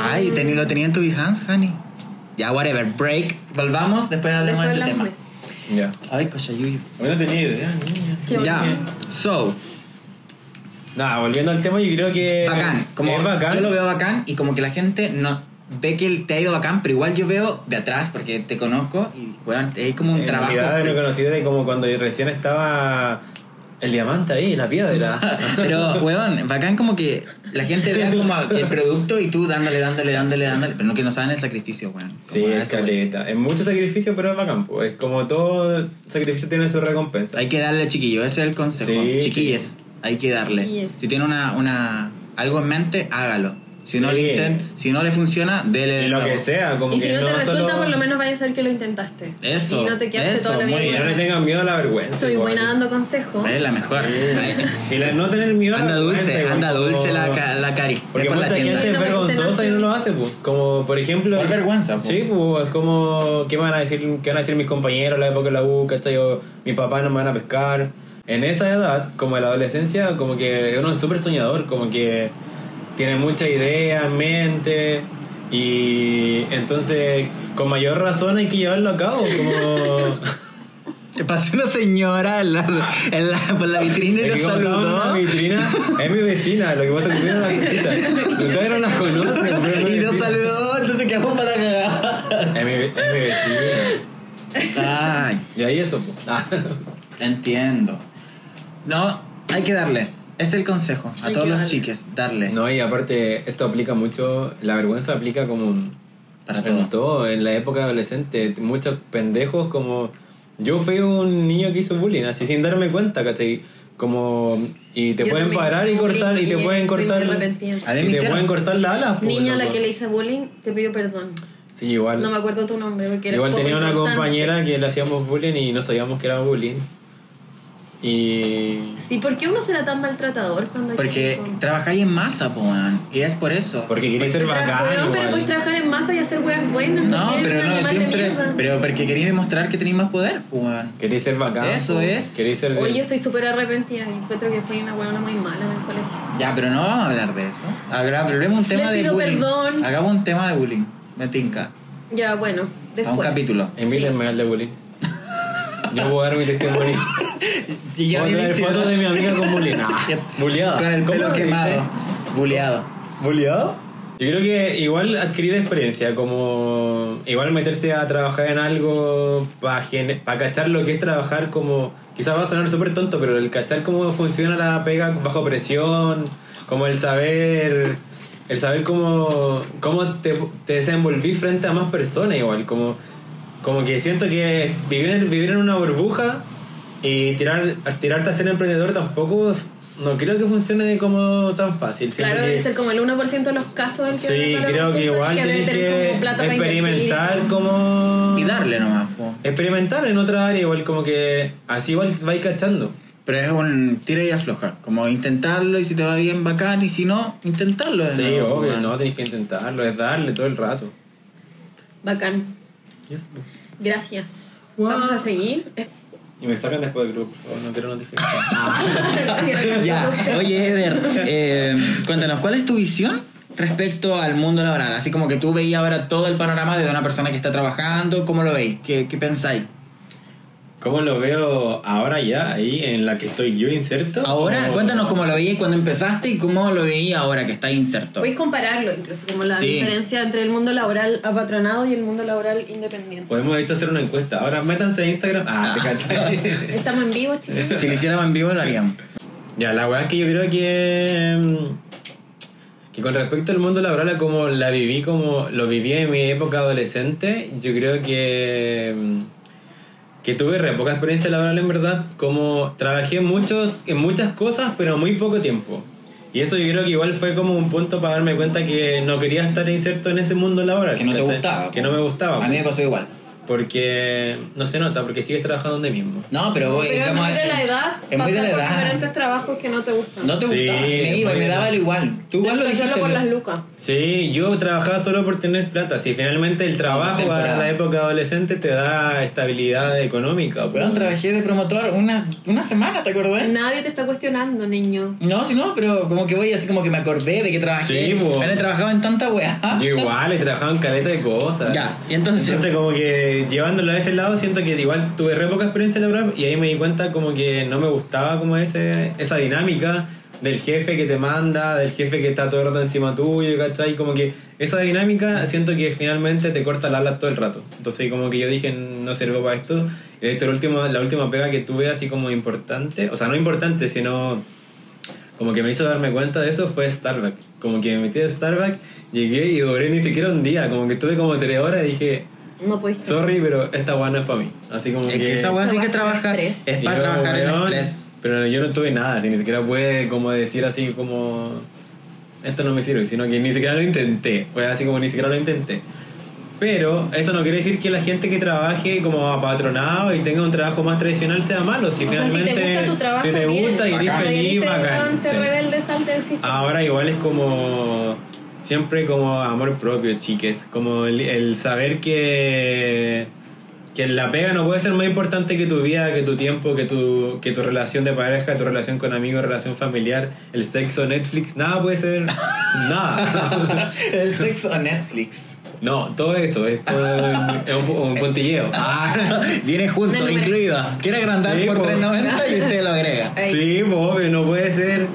B: Ay, teni- lo tenía en tu Behance, honey. Ya, whatever, break. Volvamos, después hablemos de ese tema.
C: Ya.
B: Ay, cochayuyo.
C: Bueno, tenía idea, niña.
A: Qué
B: Ya,
A: bonito.
B: so,
C: Nada, volviendo al tema, yo creo que.
B: bacán. Como
C: es Eh, bacán.
B: Yo lo veo bacán y como que la gente no ve que te ha ido bacán, pero igual yo veo de atrás porque te conozco y, weón, es como un
C: en
B: trabajo.
C: realidad lo conocí desde como cuando recién estaba el diamante ahí, la
B: (laughs)
C: piedra.
B: Pero, weón, bacán como que la gente vea como que el producto y tú dándole, dándole, dándole, dándole, pero no que no saben el sacrificio, weón. Como
C: Sí,
B: a
C: es
B: eso voy.
C: caleta. Es mucho sacrificio, pero es bacán. po. Es como todo sacrificio tiene su recompensa.
B: Hay que darle, chiquillo, ese es el consejo.
C: Sí,
B: Chiquilles, hay que darle.
A: Chiquilles.
B: Si tiene una, una, algo en mente, hágalo. Si no,
C: Sí.
B: le intent- si no le funciona, dele de
C: Y lo
B: nuevo.
C: que sea, como
A: Y
C: que
A: si no te resulta,
C: solo-
A: por lo menos vayas a saber que lo intentaste.
B: Eso,
A: Y no te quedaste
B: eso,
A: toda la vida.
B: muy
C: Y
B: bien.
C: no le tengan miedo a la vergüenza.
A: Soy
C: igual.
A: buena dando consejos.
B: Es la mejor.
C: Y la- no tener miedo a
B: (laughs)
C: la
B: Anda
C: vergüenza,
B: dulce,
C: igual,
B: anda
C: como-
B: dulce la, ca- la cari.
C: Porque
B: Es por la
C: mucha
B: tienda.
C: gente es
A: No me gusta
C: vergonzosa y
A: nada.
C: no lo hace, pues. Como, por ejemplo...
B: Por vergüenza, po.
C: Sí, pues, es como... ¿Qué van a decir, qué van a decir mis compañeros la época en la U, cachai? O mi papá no me van a pescar. En esa edad, como en la adolescencia, como que uno es súper soñador, como que tiene mucha idea en mente y entonces con mayor razón hay que llevarlo a cabo,
A: (laughs)
C: como...
B: Te pasó una señora en la- en la- por la vitrina y
C: Es
B: nos
C: que como estaba
B: saludó.
C: en una vitrina, es mi vecina, lo que pasa es que tiene una visita. Ustedes no la conocen, pero es
B: (laughs)
C: mi
B: Y nos
C: vecina.
B: saludó, entonces quedamos para la cagada.
C: Es mi, es mi vecina.
B: Ay,
C: Y ahí eso, po. Ah.
B: entiendo. No, hay que darle. Es el consejo a
A: Hay
B: todos
A: que
B: los
A: darle.
B: chiques, darle.
C: No, y aparte, esto aplica mucho, la vergüenza aplica como un-
B: Para
C: en
B: todo.
C: en la época adolescente. Muchos pendejos como... Yo fui un niño que hizo bullying, así sin darme cuenta, ¿cachai? Como... Y te
A: Yo
C: pueden
A: también
C: parar
A: hice
C: y cortar, y
A: bullying
C: te
A: y
C: pueden
A: estoy muy
C: cortar...
A: arrepentida.
B: A mí me
C: Y te
B: hicieron.
C: pueden cortar las alas, po,
A: Niña a la
C: loco.
A: que le hice bullying, te pido perdón.
C: Sí, igual.
A: No me acuerdo tu nombre porque era
C: Igual
A: poco
C: tenía una
A: importante.
C: compañera que le hacíamos bullying y no sabíamos que era bullying. Y.
A: Sí, ¿por qué uno será tan maltratador cuando es
B: Porque
A: chico?
B: trabajáis en masa, po, man. Y es por eso.
C: Porque quería ser
A: Tú trabajas,
C: bacán.
A: weón, pero
C: igual.
A: puedes trabajar en masa y hacer weas buenas.
B: no,
A: porque eres
B: pero
A: un
B: no,
A: animal de
B: siempre.
A: mierda.
B: Pero porque queréis demostrar que tenéis más poder, po, man.
C: Quería ser bacán.
B: Eso
C: po.
B: es.
C: Quería ser.
A: Hoy yo estoy súper arrepentida y encuentro que fui una huevona muy mala en el colegio.
B: Ya, pero no vamos a hablar de eso. Habrá- Hablemos un tema
A: Le
B: de
A: pido
B: bullying.
A: perdón.
B: Hagamos un tema de bullying. Me tinca.
A: Ya, bueno,
B: A
A: después.
B: un capítulo.
C: Invítenme al de bullying. Yo puedo dar mi testimonio.
B: (laughs) Y
C: Voy a traer
B: (laughs)
C: fotos de mi amiga con bullying. Ah, bulleada.
B: Con el
C: ¿Cómo
B: pelo
C: se dice?
B: quemado. Buleado.
C: ¿Bulleado? Yo creo que igual adquirir experiencia, como igual meterse a trabajar en algo para pa cachar lo que es trabajar como, quizás va a sonar súper tonto, pero el cachar cómo funciona la pega bajo presión, como el saber, el saber cómo, cómo te, te desenvolví frente a más personas igual, como, como que siento que vivir, vivir en una burbuja y tirar, tirarte a ser emprendedor tampoco no creo que funcione como tan fácil. siento
A: Claro,
C: que-
A: debe ser como el 1% de los casos. El que
C: Sí,
A: debe para
C: creo
A: los
C: que igual
A: debe
C: tienes
A: tener
C: que
A: como plata para
C: experimentar
A: invertir.
C: como...
B: Y darle nomás, po.
C: Experimentar en otra área, igual como que así igual vais cachando.
B: Pero es un tira y afloja. Como intentarlo y si te va bien, bacán. Y si no, intentarlo. de
C: Sí,
B: nuevo,
C: obvio,
B: weón.
C: no, pues, tenéis que intentarlo, es darle todo el rato.
A: Bacán.
C: pues.
A: Gracias. Vamos a seguir. (laughs)
C: Y me sacan después del grupo, por favor, no quiero notificación.
B: (laughs) Ya, oye Eder, eh, cuéntanos, ¿cuál es tu visión respecto al mundo laboral? Así como que tú veías ahora todo el panorama de una persona que está trabajando, ¿cómo lo veis? ¿Qué, qué pensáis?
C: (laughs) ¿Cómo lo veo ahora ya, ahí en la que estoy yo inserto?
B: Ahora,
C: O-
B: cuéntanos cómo lo veías cuando empezaste y cómo lo veías ahora que está inserto.
A: Puedes compararlo incluso, como la
B: Sí.
A: diferencia entre el mundo laboral apatronado y el mundo laboral independiente.
C: Podemos de hecho hacer una encuesta. Ahora métanse a Instagram. Ah, te (laughs) cachai.
B: Pues,
A: Estamos en vivo, chicos.
B: Si lo hiciéramos en vivo, lo haríamos.
C: Ya, la weá es que yo creo que. mm, Que con respecto al mundo laboral, a como la viví, como lo viví en mi época adolescente, yo creo que. mm, Que tuve re poca experiencia laboral en verdad. Como trabajé mucho, en muchas cosas, pero muy poco tiempo. Y eso yo creo que igual fue como un punto para darme cuenta que no quería estar inserto en ese mundo laboral.
B: Que no te
C: ¿cachai?
B: gustaba.
C: Que no me gustaba.
B: A mí me pasó igual.
C: Porque no se nota, porque sigues trabajando donde mismo.
B: No, pero voy.
A: Pero es
B: estamos-
A: muy de la edad.
B: Es muy de la
A: pasar por
B: edad.
A: diferentes trabajos que no te gustan.
B: No te
C: Sí,
B: gustaba, y me
C: es
B: iba, y
C: muy
B: me
C: de la-
B: daba lo igual. Tú igual lo
A: Tanto
B: dijiste.
A: solo por
B: ¿no?
A: las lucas.
C: Sí, yo trabajaba solo por tener plata. Si finalmente el trabajo a
B: temporada.
C: la época adolescente te da estabilidad económica.
B: Weón,
C: pues.
B: trabajé de promotor una, una semana, ¿te acordás?
A: Nadie te está cuestionando, niño.
B: No, si no, pero como que voy así como que me acordé de que trabajé.
C: Sí, po.
B: Bueno, he trabajado en tanta weá.
C: Yo igual, he trabajado en caleta de cosas.
B: Ya, y entonces,
C: Entonces como que llevándolo a ese lado siento que igual tuve re poca experiencia laboral y ahí me di cuenta como que no me gustaba como ese, esa dinámica del jefe que te manda, del jefe que está todo el rato encima tuyo, ¿cachai? Como que esa dinámica siento que finalmente te corta la ala todo el rato. Entonces como que yo dije no sirvo para esto. Y de hecho la última, la última pega que tuve así como importante, o sea, no importante, sino como que me hizo darme cuenta de eso fue Starbucks. Como que me metí a Starbucks, llegué y duré ni siquiera un día. Como que estuve como tres horas y dije,
A: No puedes. ser.
C: sorry, pero esta weá no es para mí. Así como
B: es que esa weá sí que trabaja. Es
A: Estrés.
C: Y
B: para
C: yo,
B: trabajar en
C: weón,
B: (laughs) estrés.
C: Pero yo no tuve nada, así, ni siquiera pude como decir así como, esto no me sirve, sino que ni siquiera lo intenté. Fue así como ni siquiera lo intenté. Pero eso no quiere decir que la gente que trabaje como apatronado y tenga un trabajo más tradicional sea malo. Si
A: O sea, si
C: finalmente
A: te gusta tu trabajo,
C: si te
A: bien.
C: gusta y eres
B: Bacán.
A: Nadie
C: feliz,
A: dice,
C: bacán,
A: "Weón, sé
C: sí.
A: rebelde, salte del sistema.
C: Ahora igual es como siempre como amor propio, chiques. Como el, el saber que que la pega no puede ser más importante que tu vida, que tu tiempo, que tu que tu relación de pareja, tu relación con amigos, relación familiar, el sexo, Netflix, nada puede ser
B: (laughs)
C: nada.
B: El sexo o Netflix.
C: No, todo eso es, como- es un, un puntilleo.
B: Ah, (laughs) Viene junto,
A: Una número.
B: incluido. Quiere agrandar
C: Sí,
B: por
C: po.
B: 3.90 y usted lo agrega.
A: Ay,
C: Sí, pues, obvio, no puede ser.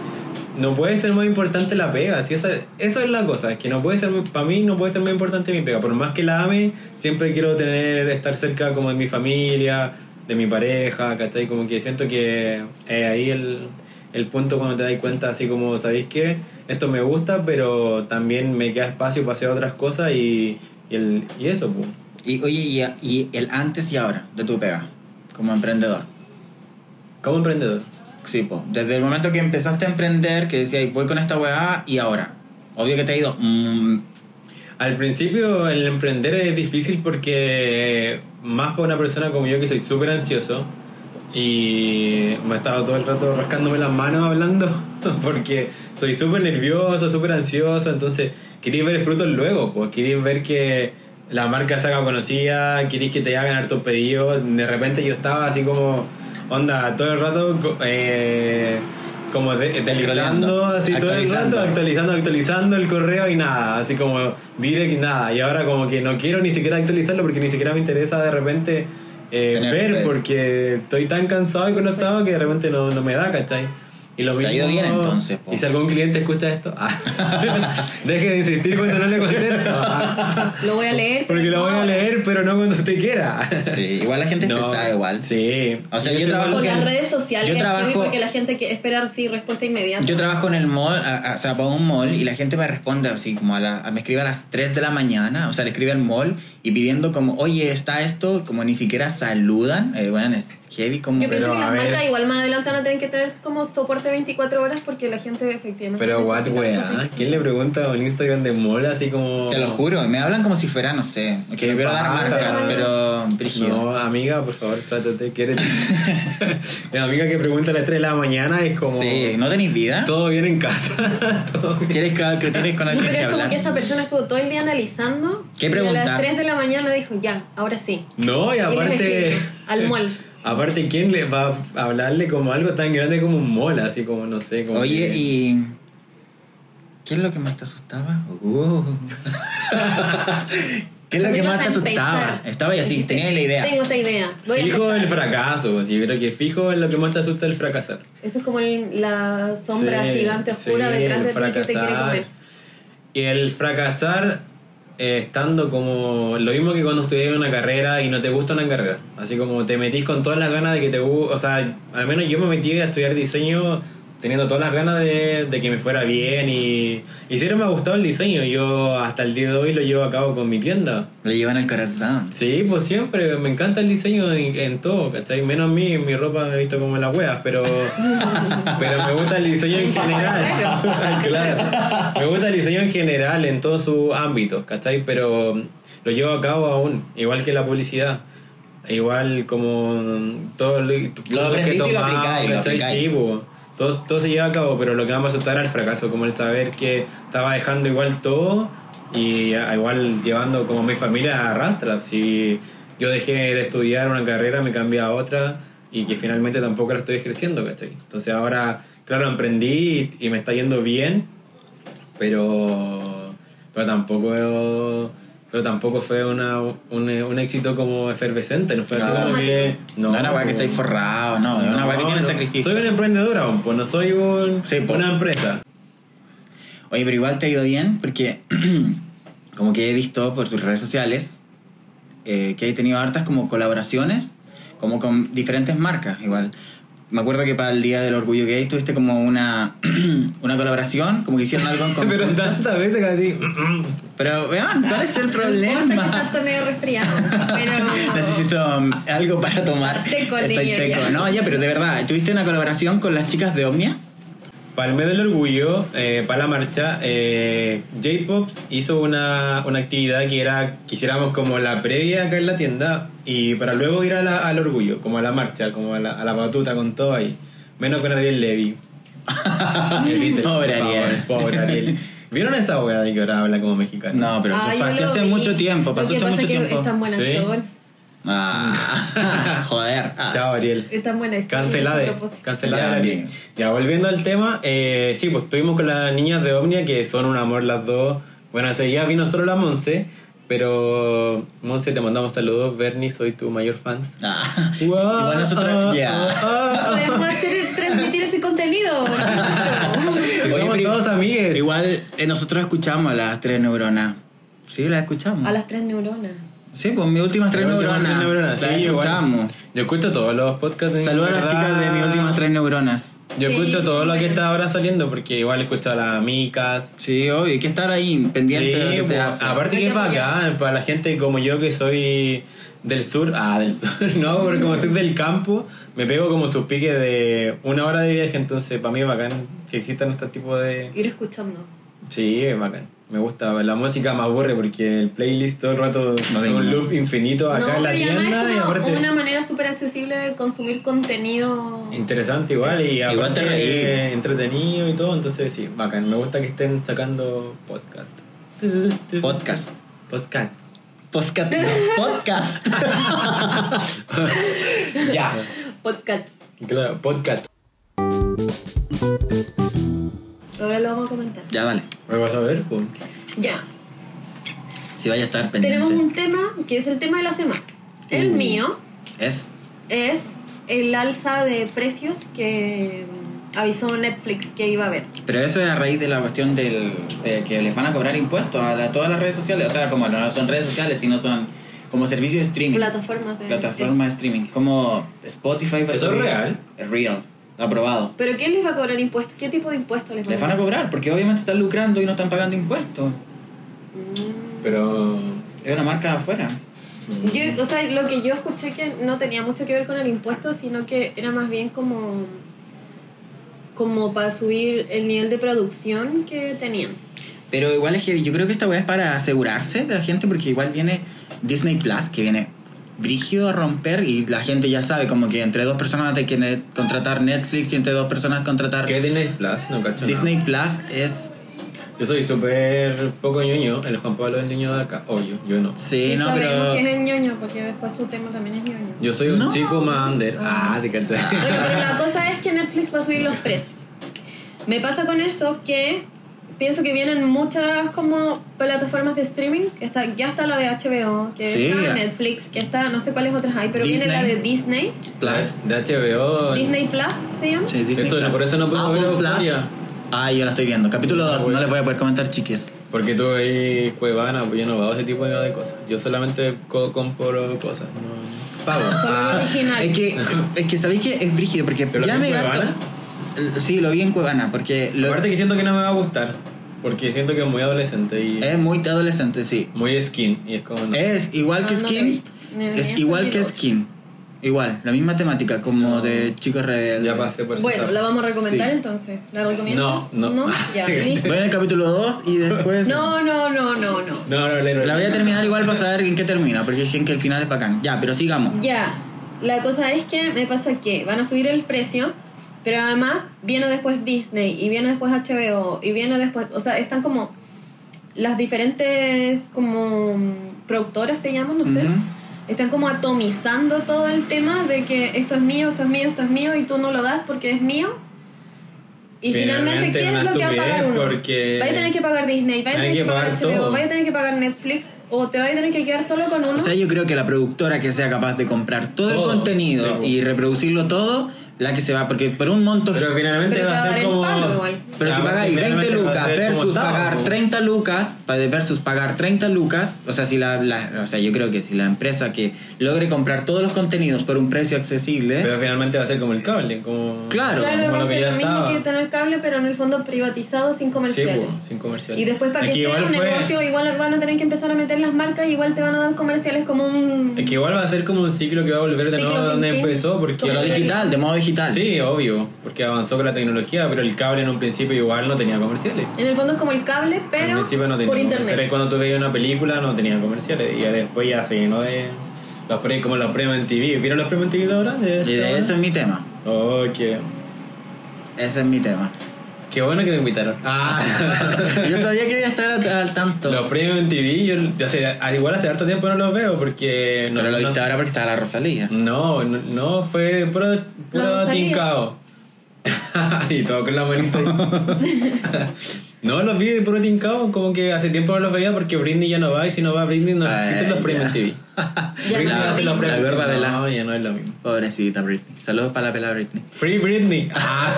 C: No puede ser más importante la pega. Si esa, eso es la cosa, que no puede ser. Para mí, no puede ser más importante mi pega. Por más que la ame, siempre quiero tener. Estar cerca como de mi familia, de mi pareja, ¿cachai? Como que siento que eh, ahí el, el punto cuando te das cuenta, así como, ¿sabéis qué? Esto me gusta, pero también me queda espacio para hacer otras cosas y, y, el, y eso, pues.
B: (laughs) Y oye, y, y el antes y ahora de tu pega, como emprendedor.
C: Como emprendedor.
B: Sí, po. Desde el momento que empezaste a emprender, que decías, voy con esta weá y ahora. Obvio que te ha ido. mm,
C: Al principio el emprender es difícil porque eh, más para una persona como yo que soy súper ansioso y me he estado todo el rato rascándome las manos hablando (laughs) porque soy súper nervioso, súper ansioso, entonces queréis ver frutos luego, pues queréis ver que la marca se haga conocida, queréis que te hagan hartos pedidos, de repente yo estaba así como, onda, todo el rato co- eh, como de- deslizando, así todo el
B: Actualizando.
C: rato, actualizando, actualizando el correo y nada, así como direct nada. Y ahora como que no quiero ni siquiera actualizarlo porque ni siquiera me interesa de repente eh,
B: Tener
C: ver
B: que-
C: porque estoy tan cansado y colapsado que de repente no, no me da, ¿cachai? Y los
B: Te ha ido bien, entonces, po.
C: Y si algún cliente escucha esto,
B: (laughs)
C: ah, deje de insistir cuando no le contesto. ah.
A: Lo (laughs) voy a leer.
C: Porque lo voy a leer, pero no cuando usted quiera.
B: Sí, igual la gente es pesada igual.
C: Sí.
B: O sea, yo
C: soy
B: trabajo
A: Con
B: que-
A: las redes sociales.
B: Yo
A: es heavy
B: trabajo-
A: Porque la gente que espera sí, respuesta inmediata.
B: Yo trabajo en el mall, a- a- o sea, para un mall y la gente me responde así como a la, a- me escribe a las 3 de la mañana, o sea, le escribe al mall y pidiendo como, oye, está esto, como ni siquiera saludan, eh, bueno, es heavy como...
A: Yo pienso
C: Pero,
A: que
C: a
A: las
C: ver.
A: marcas igual más adelante van a tener que tener como soporte 24 horas porque la gente efectivamente.
C: Pero what
A: necesita
C: wea,
A: soporte.
C: ¿quién le pregunta a un Instagram de mola así como...
B: Te lo juro, me hablan como si fuera, no sé, que
C: Qué
B: yo quiero dar
C: paja.
B: marcas, pero... brígido.
C: No, amiga, por favor,
B: (laughs)
C: trátate, quiérete. la amiga que pregunta a las 3 de la mañana es como...
B: Sí, ¿no tenéis (laughs) vida?
C: Todo bien en casa. (laughs) todo bien.
B: ¿Quieres que, que tienes con
A: No, pero
B: alguien que
A: es como
B: hablar?
A: que esa persona estuvo todo el día analizando.
B: ¿Qué
A: Y a
B: pregunta?
A: las 3 de la mañana dijo, ya, ahora sí.
C: No, y
A: les
C: aparte...
A: escribe,
B: eh,
A: al mall.
C: Aparte, ¿quién le va a hablarle como algo tan grande como un mola? Así como, no sé, como...
B: Oye,
C: que-
B: y... ¿Qué es lo que más te asustaba? Uh. (laughs) ¿Qué es lo que
A: Ibas
B: más te
A: a
B: asustaba?
A: empezar.
B: Estaba y así,
A: Dijiste,
B: tenía la idea.
A: Tengo esta idea. Voy a
C: Fijo el
A: empezar".
C: fracaso, sí, yo creo que fijo es lo que más te asusta el fracasar.
A: Esto es como el- la sombra
C: Sí,
A: gigante oscura
C: sí,
A: detrás
C: el
A: de ti que te quiere comer.
C: Y el fracasar eh, estando como lo mismo que cuando estudias una carrera y no te gusta una carrera. Así como te metís con todas las ganas de que te guste. O sea, al menos yo me metí a estudiar diseño teniendo todas las ganas de, de que me fuera bien y, y siempre me ha gustado el diseño. Yo hasta el día de hoy lo llevo a cabo con mi tienda.
B: Lo llevan al corazón.
C: Sí, pues siempre, me encanta el diseño en, en todo, ¿cachai? Menos a mí, en mi ropa me he visto como las weas, pero, pero me gusta el diseño en general. (laughs) claro, me gusta el diseño en general, en todos sus ámbitos, ¿cachai? Pero lo llevo a cabo aún, igual que la publicidad. Igual como todo lo, cursos
B: aprendiste y lo
C: tomamos,
B: aplicáis, lo
C: ¿cachai?
B: aplicáis.
C: Sí, po. todo, todo se lleva a cabo, pero lo que más me asustar era el fracaso, como el saber que estaba dejando igual todo y a- igual llevando como mi familia arrastra. Si yo dejé de estudiar una carrera, me cambié a otra y que finalmente tampoco la estoy ejerciendo, ¿cachai? Entonces ahora, claro, emprendí y, y me está yendo bien, pero, pero tampoco... Pero tampoco fue una, un, un éxito como efervescente, no fue así
B: No.
C: como que...
B: No, es una weá que
C: como-
B: estáis forrado, no, es una weá que tiene
C: no.
B: sacrificio.
C: Soy un emprendedor aún, pues no soy un,
B: Sí, pues. po. (laughs)
C: una empresa.
B: Oye, pero igual te ha ido bien porque (clears throat) como que he visto por tus redes sociales eh, que he tenido hartas como colaboraciones, como con diferentes marcas igual. Me acuerdo que para el Día del Orgullo Gay tuviste como una, (clears throat) una colaboración, como que hicieron algo
C: (laughs)
B: en
C: Pero
B: conjunto.
C: tantas veces que así.
B: mm, Pero, weón, ¿cuál es el
A: No importa que
B: problema?
A: tanto medio resfriado. (laughs) Pero.
B: (laughs) Necesito um, algo para tomar.
A: Está seco,
B: Estoy
A: niño,
B: seco.
A: ya.
B: No, ya, pero de verdad, ¿tuviste una colaboración con las chicas de Omnia?
C: Para el mes del orgullo, eh, para la marcha, eh, J-Pop hizo una, una actividad que era que hiciéramos como la previa acá en la tienda y para luego ir a la- al orgullo, como a la marcha, como a la, a la batuta con todo ahí. Menos con Ariel
B: (laughs)
C: Levy. Eviten, por
B: Pobre
C: favor,
B: Ariel.
C: Pobre Ariel. ¿Vieron esa weá de que ahora habla como mexicano?
B: No, pero eso
A: Ay, Ah, yo
B: pasó
A: lo
B: hace
A: vi.
B: mucho tiempo,
A: Lo
B: pasó
A: que
B: hace
A: pasa es
B: mucho
A: que
B: tiempo.
A: Es tan buen
C: Sí.
A: actor.
B: Ah, (laughs) joder. Ah.
C: Chao, Ariel.
A: Es tan buen actor.
C: Cancelada,
A: lo hizo a propósito.
C: cancelada
B: Ya,
C: la
B: bien.
C: ley. Ya, volviendo al tema, eh, sí, pues estuvimos con las niñas de Omnia, que son un amor las dos. Bueno, ese día vino solo la Monse, pero Monse, te mandamos saludos. Bernie, soy tu mayor fans.
B: Ah. Igual nosotros, ya.
A: Podemos hacer, transmitir ese contenido.
C: (laughs) Si
B: Oye,
C: somos
B: pero-
C: todos amigues.
B: Igual eh, nosotros escuchamos a las tres neuronas. Sí, las escuchamos.
A: A las tres neuronas.
B: Sí, pues mis últimas tres
C: Las últimas
B: neuronas.
C: tres neuronas,
B: Las
C: sí, igual.
B: escuchamos.
C: Yo escucho todos los podcasts.
B: Saludos a las
C: ¿verdad?
B: chicas de mis últimas tres neuronas.
C: Yo
A: Sí,
C: escucho todo
A: sí,
C: lo que
A: bueno.
C: está ahora saliendo, porque igual escucho a las micas.
B: Sí, obvio, hay que estar ahí pendiente de lo que
C: Sí,
B: se
C: bo-
B: hace.
C: Aparte
A: Hay
C: que es
A: que apoyar.
C: bacán para la gente como yo que soy del sur, ah, del sur, (laughs) no, porque como soy del campo, me pego como su pique de una hora de viaje, entonces para mí es bacán que existan este tipo de...
A: Ir escuchando.
C: Sí, es bacán. Me gusta, la música me aburre porque el playlist todo el rato es
B: tengo.
C: un loop infinito acá en la
A: pero y además
C: tienda y
A: es como
C: aparte...
A: una manera súper accesible de consumir contenido.
C: Interesante igual y
B: Igual
C: aparte
B: te reí.
C: eh, entretenido y todo, entonces sí, bacán. Me gusta que estén sacando podcast.
B: Podcast.
C: Podcast.
B: Podcast.
A: (laughs)
B: Podcast.
C: (laughs)
B: ya.
A: Podcast.
C: Claro, podcast.
A: Ahora lo vamos a comentar.
B: Ya, dale.
C: ¿Me vas a ver? po?
A: Ya.
B: Si vaya a estar pendiente.
A: Tenemos un tema que es el tema de la semana. El
B: Uh.
A: mío
B: Es.
A: es el alza de precios que mm, avisó Netflix que iba a ver.
B: Pero eso es a raíz de la cuestión del, de que les van a cobrar impuestos a, la- todas las redes sociales. O sea, como no son redes sociales, sino son como servicio de streaming.
A: Plataformas de
B: plataforma de streaming. Como Spotify. va a
C: ¿Eso es
B: subir-
C: real?
B: Es real. Aprobado.
A: ¿Pero quién les va a cobrar impuestos? ¿Qué tipo de impuestos les,
B: Les van a cobrar porque obviamente están lucrando y no están pagando impuestos.
A: Mm.
C: Pero.
B: Es una marca de afuera.
A: Yo, o sea, lo que yo escuché que no tenía mucho que ver con el impuesto, sino que era más bien como como para subir el nivel de producción que tenían.
B: Pero igual es que yo creo que esta weá es para asegurarse de la gente porque igual viene Disney Plus, que viene brígido a romper y la gente ya sabe como que entre dos personas te quieren contratar Netflix y entre dos personas contratar
C: ¿Qué es Disney Plus? No cacho. nada.
B: Disney Plus es...
C: Yo soy súper poco ñoño. El Juan Pablo es el niño de acá. Obvio, yo no.
B: Sí,
A: Y
B: no,
A: sabemos
B: pero...
A: que es el ñoño, porque después su tema también es ñoño.
C: Yo soy un
B: No.
C: chico más under. Ah, te canto.
A: Bueno, pero la cosa es que Netflix va a subir los precios. Me pasa con eso que pienso que vienen muchas como plataformas de streaming. que Está, ya está la de HBO, que
B: Sí.
A: está Netflix, que está, no sé cuáles otras hay, pero viene la
B: Disney.
A: de Disney.
B: Plus.
C: De HBO.
A: Disney Plus, ¿se llama?
B: Sí, Disney
C: Esto no,
B: Plus.
C: por eso no puedo ver
B: Apple Plus.
C: Euforia.
B: Ah, yo la estoy viendo. Capítulo 2, no les voy a poder comentar, chiques.
C: Porque tú ahí, Cuevana, pues yo no veo ese tipo de cosas. Yo solamente co- compro cosas. no-
B: Pavo.
A: Solo el original.
B: Ah, Es que, es que sabéis que es brígido porque
C: ¿Pero lo
B: ya
C: vi
B: me
C: en
B: gasto. Sí, lo vi en Cuevana porque lo-
C: Aparte que siento que no me va a gustar. Porque siento que es muy adolescente y
B: es muy adolescente, sí.
C: muy skin. Y es como... no.
B: Es igual
A: Ah, No,
B: que
A: no lo he
B: Skin.
A: visto. Ni- ni
B: Es
A: eso
B: igual
A: ni
B: que
A: lo
B: Skin. Igual, la misma temática como
C: No.
B: de chicos rebeldes.
C: Ya pasé por esa
A: Bueno,
C: etapa.
A: la vamos a recomendar
B: Sí.
A: entonces. ¿La recomiendas?
C: No, (laughs) no.
A: Ya, listo.
B: Voy en el capítulo 2 y
A: (laughs)
B: después.
A: No, no, no, no, no.
C: No, no, no, no.
B: La voy a terminar igual para saber en qué termina, porque dicen que el final es bacán. Ya, pero sigamos.
A: Ya, la cosa es que me pasa que van a subir el precio, pero además viene después Disney y viene después HBO y viene después, o sea, están como las diferentes como mm, productoras se llaman, no sé.
B: Ujú.
A: Están como atomizando todo el tema de que esto es mío, esto es mío, esto es mío y tú no lo das porque es mío. Y finalmente,
C: Finalmente,
A: ¿qué es
C: una
A: lo que va a pagar uno?
C: estupidez, porque-
A: Vaya a tener que pagar Disney, vaya a
C: Hay
A: tener que,
C: que
A: pagar
C: pagar
A: HBO,
C: todo.
A: vaya a tener que pagar Netflix o te vaya a tener que quedar solo con uno.
B: O sea, yo creo que la productora que sea capaz de comprar todo, el
C: Todo, sí,
B: contenido
C: po.
B: y reproducirlo todo, la que se va, porque por un monto.
C: Pero finalmente
A: Pero te
C: va
A: va
C: a
A: a
C: ser
A: dar el
C: como...
A: palo igual.
B: Pero si
C: Ah,
B: pagáis 20
C: finalmente va a
B: lucas
C: ser como
B: versus
C: estaba,
B: pagar
C: po.
B: 30 lucas, pa- de versus pagar 30 lucas, o sea, si la, la- o sea, yo creo que si la empresa que logre comprar todos los contenidos por un precio accesible,
C: Pero finalmente va a ser como el cable, como...
B: Claro.
A: Claro,
C: como
A: va
C: lo
A: a
C: que
A: ser
C: ya
A: lo mismo
C: estaba.
A: que tener cable, pero en el fondo privatizado sin
C: Sí,
A: comerciales.
C: pues, sin comerciales.
A: y después para
C: Es
A: que, sea
C: igual
A: un
C: fue-
A: negocio, igual van a tener que empezar a meter las marcas, igual te van a dar comerciales como un...
C: Es que igual va a ser como un ciclo que va a volver de
A: Ciclo
C: nuevo a donde
A: sin fin.
C: empezó,
B: pero
A: Como
C: porque...
A: el-
B: digital, de modo digital.
C: Sí, obvio, porque avanzó con la tecnología, pero el cable en un principio igual no tenía comerciales.
A: En el fondo es como el cable,
C: Al
A: pero
C: principio no tenía
A: por
C: comerciales.
A: internet.
C: Cuando tú veías una película no tenía comerciales. Y ya después ya se llenó de. Los pre, como los premios en TV. ¿Vieron los premios en TV de ahora? De
B: Y de ese es mi tema.
C: Oh, qué,
B: Ese es mi tema.
C: qué bueno que me invitaron.
B: (laughs)
C: Ah,
B: Yo sabía que iba a estar al, al tanto.
C: los premios en TV, yo ya sé, al igual hace harto tiempo no los veo porque. No,
B: pero lo
C: no-
B: viste ahora porque está la Rosalía.
C: No, no, no, fue puro,
A: La
C: puro
A: Rosalía.
C: tincao. (laughs) y todo con la manita.
B: (laughs)
C: ahí. no, los vi de puro tincao, como que hace tiempo no los veía porque Britney ya no va y si no va Britney no
B: Ah,
C: existen los
B: ya.
C: premios
B: (laughs)
C: en
A: Ya
C: TV. Britney
A: no
B: la,
C: hace
A: vi.
C: los
B: la
C: premios.
B: gorda de
C: No,
B: la.
C: ya no es lo mismo.
B: Pobrecita Britney. Saludos para la pelada Britney.
C: Free
B: (laughs)
C: Britney. Ah,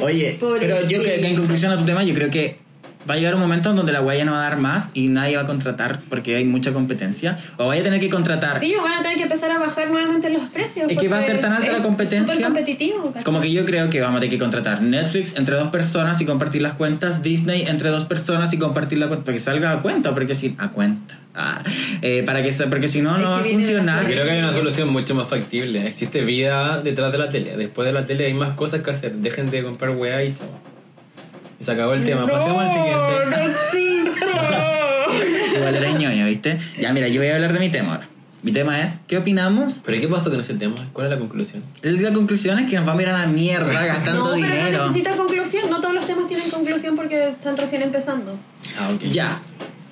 B: Oye, pero yo creo que en conclusión a tu tema, yo creo que va a llegar un momento en donde la guaya no va a dar más y nadie va a contratar porque hay mucha competencia. O vaya a tener que contratar.
A: Sí, o van a tener que empezar a bajar nuevamente los precios.
B: Es que va a
A: porque
B: ser tan alta la
A: es
B: competencia.
A: súper competitivo. ¿cachai?
B: Como que yo creo que vamos a tener que contratar Netflix entre dos personas y compartir las cuentas, Disney entre dos personas y compartir la cuenta, para que salga a cuenta, porque si a cuenta, Ah, eh, para que se- porque si no
A: Es
B: no
A: que
B: va a
A: viene la
B: funcionar.
A: floresta.
C: Creo que hay una solución mucho más factible. Existe vida detrás de la tele. Después de la tele hay más cosas que hacer. Dejen de comprar weá y chao. Y se acabó el tema. Pasemos al siguiente.
A: No, no existe.
B: Igual eres ñoño, ¿viste? Ya mira, yo voy a hablar de mi tema ahora. Mi tema es, ¿qué opinamos?
C: ¿Pero qué pasó con ese tema? ¿Cuál es la conclusión?
B: La conclusión es que nos vamos a ir a la mierda gastando
A: (laughs) no, pero
B: dinero.
A: no necesitas conclusión. No todos los temas tienen conclusión porque están recién empezando.
C: Ah, ok.
B: Ya,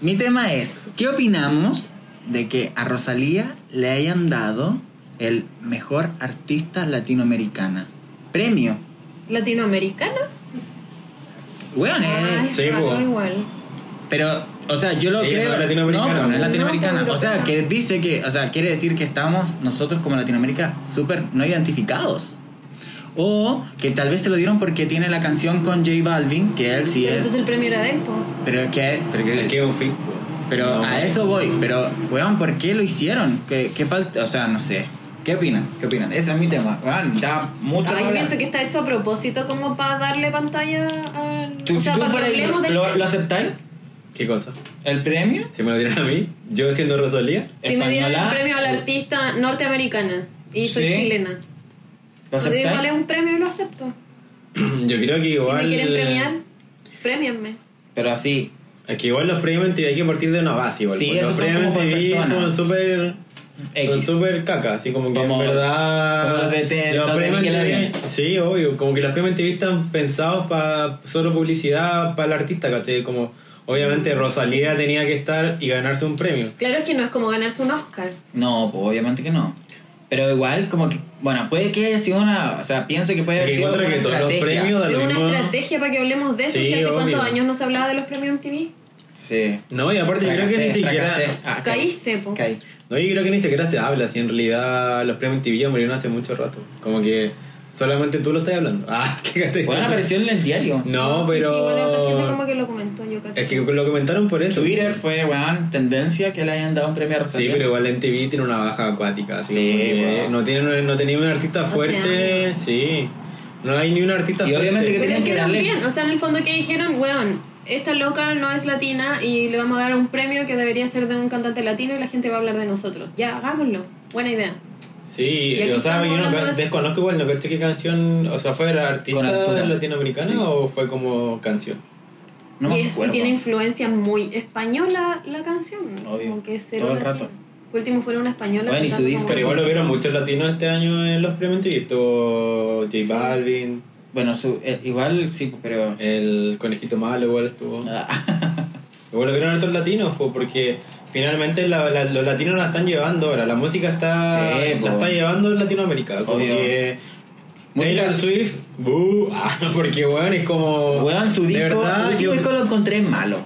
B: mi tema es, ¿qué opinamos de que a Rosalía le hayan dado el mejor artista latinoamericana? Premio.
A: ¿Latinoamericana?
B: Weón,
A: Ay,
B: eh.
C: sí,
A: raro
C: po.
A: igual.
B: Pero, o sea, yo lo
C: Ella
B: creo.
C: no es latinoamericana.
B: No, pues, no es
C: No,
B: latinoamericana.
A: pero
B: o sea, que dice que, o sea, quiere decir que estamos nosotros como Latinoamérica súper no identificados. O que tal vez se lo dieron porque tiene la canción con J Balvin, que él sí
A: Pero
B: es.
A: entonces el premio era de él, po.
B: Pero que. Pero, que-
C: Es que es un fit. po.
B: pero
C: No,
B: a eso voy. Pero, weón, ¿por qué lo hicieron? ¿Qué, qué falta? O sea, no sé. ¿Qué opinan? ¿Qué opinan? Ese es mi tema. Weón, da mucho.
A: Ah,
B: que
A: yo
B: hablar.
A: pienso que está hecho a propósito como para darle pantalla al... o
B: Tú, si
A: sea,
B: tú
A: para que
B: fueras-
A: hablemos este- del
B: ¿lo,
A: tema.
B: ¿Lo aceptáis?
C: ¿Qué cosa?
B: ¿El premio?
C: Si me lo dieron a mí, yo siendo Rosalía, (clears throat)
A: Si me dieron el
B: Española. eh,
A: premio a la artista norteamericana y soy
B: Sí.
A: chilena.
B: ¿Lo
A: Cuando digo
B: aceptáis?
A: cuál es un premio, lo acepto.
C: yo creo que igual.
A: si me quieren premiar, premienme.
B: Pero así,
C: Es que igual los premios en TV hay que partir de una base igual.
B: Sí,
C: porque
B: esos
C: los
B: son
C: premios en
B: como por
C: TV
B: persona.
C: son súper. Son
B: X.
C: súper caca, así como que
B: Como-
C: en verdad.
B: como los de T-
C: los
B: los de
C: premios en TV,
B: Nickelodeon.
C: Sí, obvio. Como que los premios en TV están pensados para solo publicidad, para el artista, ¿cachai? Como
B: Mm,
C: obviamente Rosalía tenía que estar y ganarse un premio.
A: Claro es que no es como ganarse un Oscar.
B: No, pues, obviamente que no. Pero igual, como que, bueno, puede que haya sido una, o sea, pienso que puede haber
C: Porque
B: sido
C: encuentro
B: una
C: que todos los
B: estrategia.
C: premios da
A: Es
C: lo
A: una
C: mismo.
A: estrategia para que hablemos de eso.
C: Sí,
A: si hace
C: obvio.
A: cuántos años no se hablaba de los premios MTV.
B: Sí.
C: No, y aparte yo creo que
B: Fracasé,
C: ni siquiera.
B: fracasé. Ah,
A: Caíste, po.
B: Caí.
C: No, yo creo que ni siquiera se habla, si en realidad los premios en TV ya murieron hace mucho rato. Como que solamente tú lo estás hablando. (laughs) Ah, ¿qué estoy
B: Bueno, apareció en el diario.
C: No,
A: sí,
C: pero.
A: Sí, igual harta gente como que lo comentó, yo cacho.
C: Es que lo comentaron por eso.
B: Twitter fue, weón, tendencia que le hayan dado un premio a
C: Sí,
B: Rosalía.
C: pero igual en TV tiene una baja acuática. Así
B: Sí,
C: como que
B: wow.
C: no, tiene, no tenía un artista
A: Hace
C: fuerte.
A: años.
C: Sí. No hay ni un artista
B: Y
C: fuerte.
B: obviamente que
A: Pero
B: tenían
A: hicieron
B: darle-
A: bien, o sea, en el fondo que dijeron, weón, esta loca no es latina y le vamos a dar un premio que debería ser de un cantante latino y la gente va a hablar de nosotros. Ya, hagámoslo. Buena idea.
C: Sí,
A: Y aquí
C: o sea,
A: estamos
C: yo no,
A: hablando
C: ca-
A: de-
C: desconozco igual, no caché qué canción. O sea, ¿fue la
B: Con
C: artista
B: altura.
C: latinoamericana
B: Sí.
C: o fue como canción?
B: no me
A: y, es, y
B: acuerdo.
A: tiene influencia muy española la canción.
B: Obvio.
A: Como que es cero
B: Todo el
A: latina.
B: rato.
A: Por último fueron una española.
B: Bueno, y su
A: cantando
B: disco
C: Pero
A: como-
C: igual lo vieron muchos latinos este año en los premios. Y estuvo J
A: Sí.
C: Balvin,
B: Bueno, su- eh, igual sí, pero.
C: Eh, el Conejito Malo, igual estuvo.
B: Ah,
C: Igual lo vieron hartos latinos, po, porque finalmente la- la- los latinos la están llevando ahora. La música está,
B: Sí, po.
C: la está llevando en Latinoamérica. Como
B: Obvio.
C: que
B: Música-
C: Taylor Swift, buh, (laughs) ah, porque weón es como.
B: weón, su
C: de
B: disco.
C: verdad,
B: el último
C: yo-
B: disco lo encontré malo.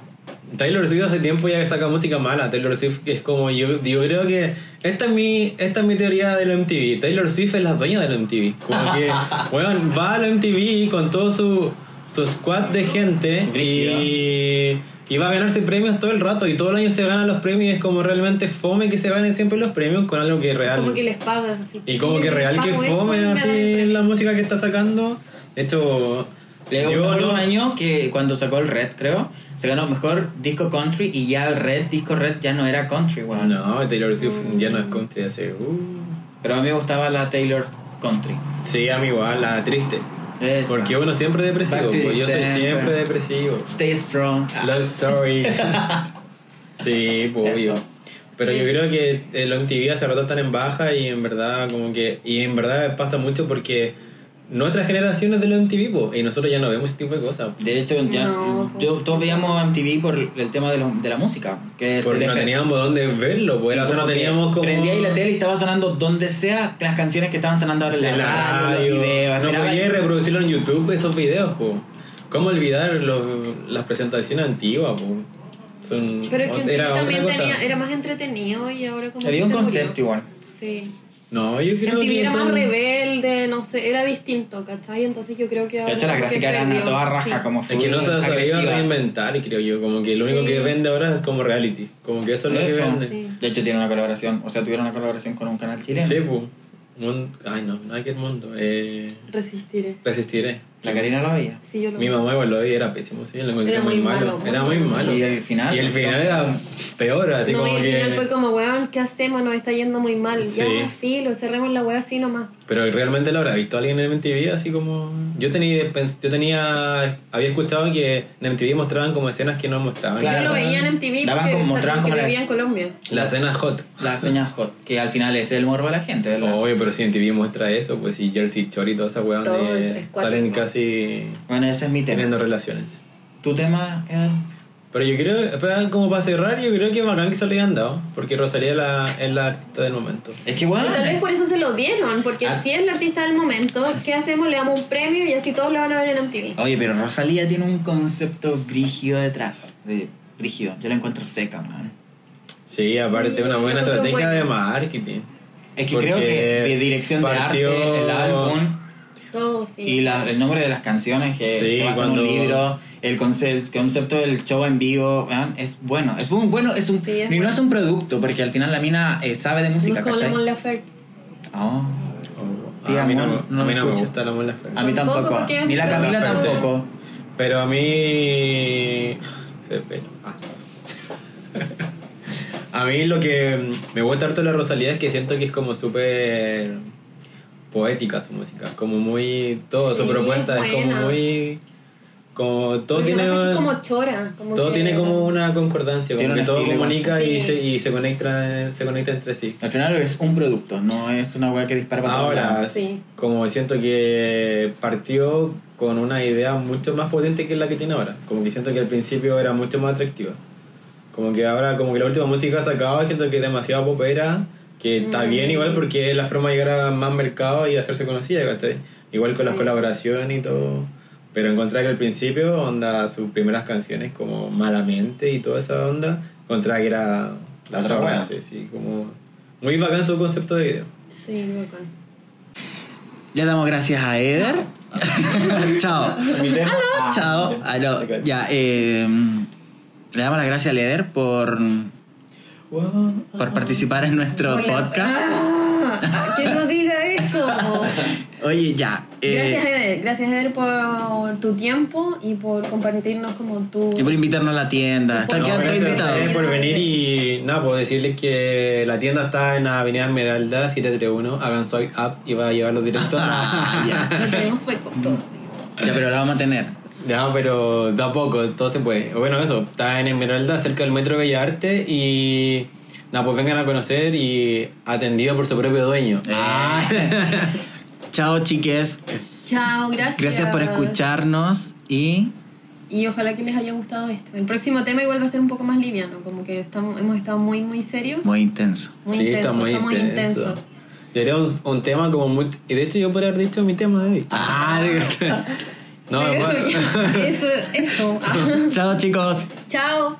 C: Taylor Swift hace tiempo ya que saca música mala. Taylor Swift es como. Yo, yo creo que. Esta es, mi, esta es mi teoría de la MTV. Taylor Swift es la dueña de la MTV. Como
B: (laughs)
C: que, weón, va a la MTV con todo su, su squad de gente y, y va a ganarse premios todo el rato. Y todo el año se ganan los premios. Es como realmente fome que se ganen siempre los premios con algo que es real.
A: Como que les pagan. así,
C: Y como que
A: les
C: real que
A: pago esto y
C: fome
A: me dan el
C: así
A: premio.
C: la música que está sacando. De hecho,
B: Le yo
C: yo
B: un
C: no.
B: año que cuando sacó el Red, creo, se ganó mejor disco country y ya el Red, disco Red, ya no era country, weón.
C: No, Taylor Swift ya no es country hace. uh.
B: Pero a mí me gustaba la Taylor Country.
C: Sí, a mí igual, la triste.
B: Esa.
C: Porque uno siempre depresivo,
B: Back to
C: pues yo soy
B: December.
C: siempre depresivo.
B: Stay strong. Ah,
C: Love
B: (laughs)
C: story. sí, pues
B: Eso.
C: obvio. Pero yo creo que eh, los MTV hace rato están en baja y en verdad como que... Y en verdad pasa mucho porque nuestras generaciones de los MTV, po, pues, y nosotros ya no vemos ese tipo de cosas.
B: De hecho, ya,
A: No,
B: yo- todos veíamos MTV por el tema de, lo- de la música. Que
C: Porque no
B: despe-
C: teníamos dónde verlo, pues. O sea,
B: Este,
C: no
B: como que
C: teníamos como...
B: Prendía ahí la tele y estaba sonando donde sea las canciones que estaban sonando ahora en la,
C: en la
B: radio,
C: radio.
B: los videos.
C: No pues,
B: esperaba-
C: podía reproducirlo en YouTube esos videos, po. ¿Cómo olvidar los- las presentaciones antiguas, po? Son,
A: Pero es que
C: era
A: también
C: otra cosa.
A: tenía, era más entretenido y ahora como
B: Había
A: que
B: un
A: se murió.
B: concepto igual.
A: Sí.
C: No, yo creo
A: MTV
C: que
A: era más
C: son-
A: rebelde, no sé, era distinto, ¿cachai? Entonces yo creo que...
B: De hecho,
A: ahora
B: las
A: como que
B: gráficas eran a
A: perdió,
B: toda raja,
A: sí.
B: como
C: Es que no se ha sabido
B: agresivas.
C: reinventar, creo yo. Como que lo único
A: Sí.
C: que vende ahora es como reality. Como que eso es lo que
B: Eso.
C: vende.
A: Sí.
B: De hecho, tiene una colaboración, o sea, tuvieron una colaboración con un canal chileno.
C: Sí, po. Mon- Ay, no, nada que el mundo. Eh,
A: Resistiré.
C: resistiré.
B: La Karina lo veía.
A: Sí, yo lo
C: Mi mamá igual lo veía, era pésimo, sí, lo encontré
A: Era
C: muy
A: muy
C: malo.
A: malo,
C: Era muy
A: muy
C: malo.
B: Y el final.
C: Y el final era peor, así
A: no,
C: como
A: y al
C: que...
A: final fue como, weón, ¿qué hacemos? Nos está yendo muy mal.
C: Sí.
A: Ya, filo, cerremos la weá así nomás.
C: Pero realmente lo habrá visto alguien en MTV, así como. Yo tenía, pens- yo tenía. Había escuchado que en MTV mostraban como escenas que no mostraban.
B: Claro.
A: Yo lo veía en MTV
B: Daban
A: porque,
B: como- mostraban
A: porque
B: como
A: vivía
B: las-
A: en Colombia.
C: La escena hot.
B: La señal hot, que al final es el morbo de la gente, ¿verdad?
C: Obvio, pero si MTV muestra eso, pues si Jersey Shore y toda esa weá
A: Todo es-
C: donde
A: es cuático.
C: eh, salen casi
B: Bueno, ese es mi tema.
C: teniendo relaciones.
B: ¿Tu tema, Edgar?
C: Pero yo creo, espera, como para cerrar, yo creo que bacán que se lo hayan dado, porque Rosalía la- es la artista del momento.
B: Es que
A: Y
B: bueno.
A: tal vez por eso se lo dieron, porque
B: Ah.
A: si es la artista del momento, ¿qué hacemos? Le damos un premio y así todos lo van a ver en MTV.
B: Oye, pero Rosalía tiene un concepto brígido detrás. De, brígido. Yo la encuentro seca, man.
C: Sí, aparte,
A: Sí,
C: una buena
A: yo creo
C: estrategia
A: buena.
C: de marketing.
B: Es que
C: Porque
B: creo que de dirección
C: partió-
B: de arte, el álbum.
A: Todo, sí.
B: Y la- el nombre de las canciones que
C: Sí,
B: se basa en
C: cuando-
B: un libro, el concepto, concepto del show en vivo, weón, es bueno. Es un bueno, es un.
A: Sí, es
B: y no
A: bueno.
B: es un producto, porque al final la mina eh, sabe de
A: no
B: música,
A: es como la
B: ¿cachai?
A: Mon Laferte.
B: Oh,
C: a mí no,
B: Mon, no
C: a mí no me
B: escucha.
C: gusta la Mon Laferte.
B: a mí
A: Tampoco,
B: tampoco.
A: porque-
B: Ni la
C: Mon
B: Camila
C: Laferte.
B: tampoco.
C: Pero a mí. se pelo. Ah. A mí lo que me gusta harto de la Rosalía es que siento que es como súper poética su música. Como muy. Todo,
A: Sí,
C: su propuesta
A: es
C: es como
A: buena.
C: muy. Como todo
A: Lo que
C: tiene.
A: pasa es que como chora. Como
C: Todo
A: que-
C: tiene como una concordancia,
B: Tiene
C: como
B: un
C: que todo
B: estilo igual.
C: comunica
A: Sí.
C: y, se, y se, conecta, se conecta entre sí.
B: Al final es un producto, no es una weá que dispara para todos lados.
C: Ahora,
A: Sí.
C: como siento que partió con una idea mucho más potente que la que tiene ahora. Como que siento que al principio era mucho más atractiva. Como que ahora, como que la última música que ha sacado, siento que es demasiado popera, que está
A: Mm.
C: bien igual porque es la forma de llegar a más mercado y hacerse conocida, ¿cachai? Igual con las
A: Sí.
C: colaboraciones y todo. Pero encontré que al principio, onda, sus primeras canciones como Malamente y toda esa onda, encontré que era la otra
B: Otra
C: buena,
B: wea.
C: sí, sí, como... Muy bacán su concepto de video.
A: Sí, bacán.
B: Le damos gracias a Eder. (laughs) Chao. Chao. Aló. Ya, eh, le damos las gracias a Leder por, por participar en nuestro
A: Hola.
B: podcast.
A: ¡Ah! ¡Que no diga eso!
B: Oye, ya. (laughs) eh,
A: Gracias, Eder. Gracias, Eder, por tu tiempo y por compartirnos como tu...
B: y por invitarnos a la tienda. Están
A: No,
B: quedando
C: gracias a
B: invitados.
C: ustedes por venir y nada, pues decirles que la tienda está en la Avenida Esmeralda 731. Hagan swipe up y va a llevarlos directo.
B: (laughs) Ah, ya.
A: (laughs) Lo tenemos fue con todo.
B: Ya, pero la vamos a tener.
C: Ya, pero tampoco, todo se puede. Bueno, eso, está en Esmeralda, cerca del Metro Bella Arte y nada, pues vengan a conocer y atendido por su propio dueño.
A: Ah.
B: Eh, Chao, chiques.
A: Chao, gracias.
B: Gracias por escucharnos y
A: Y ojalá que les haya gustado esto. El próximo tema igual va a ser un poco más liviano, como que estamos, hemos estado muy, muy serios.
B: muy intenso.
A: Muy intenso, está muy intenso.
C: Sería un, un tema como muy... Y de hecho yo podría haber dicho mi tema de hoy.
A: (laughs)
B: Ah,
C: no,
A: Pero
B: (laughs)
C: bueno.
A: (laughs) eso, eso. Ah. (laughs)
B: Chao, chicos.
A: Chao.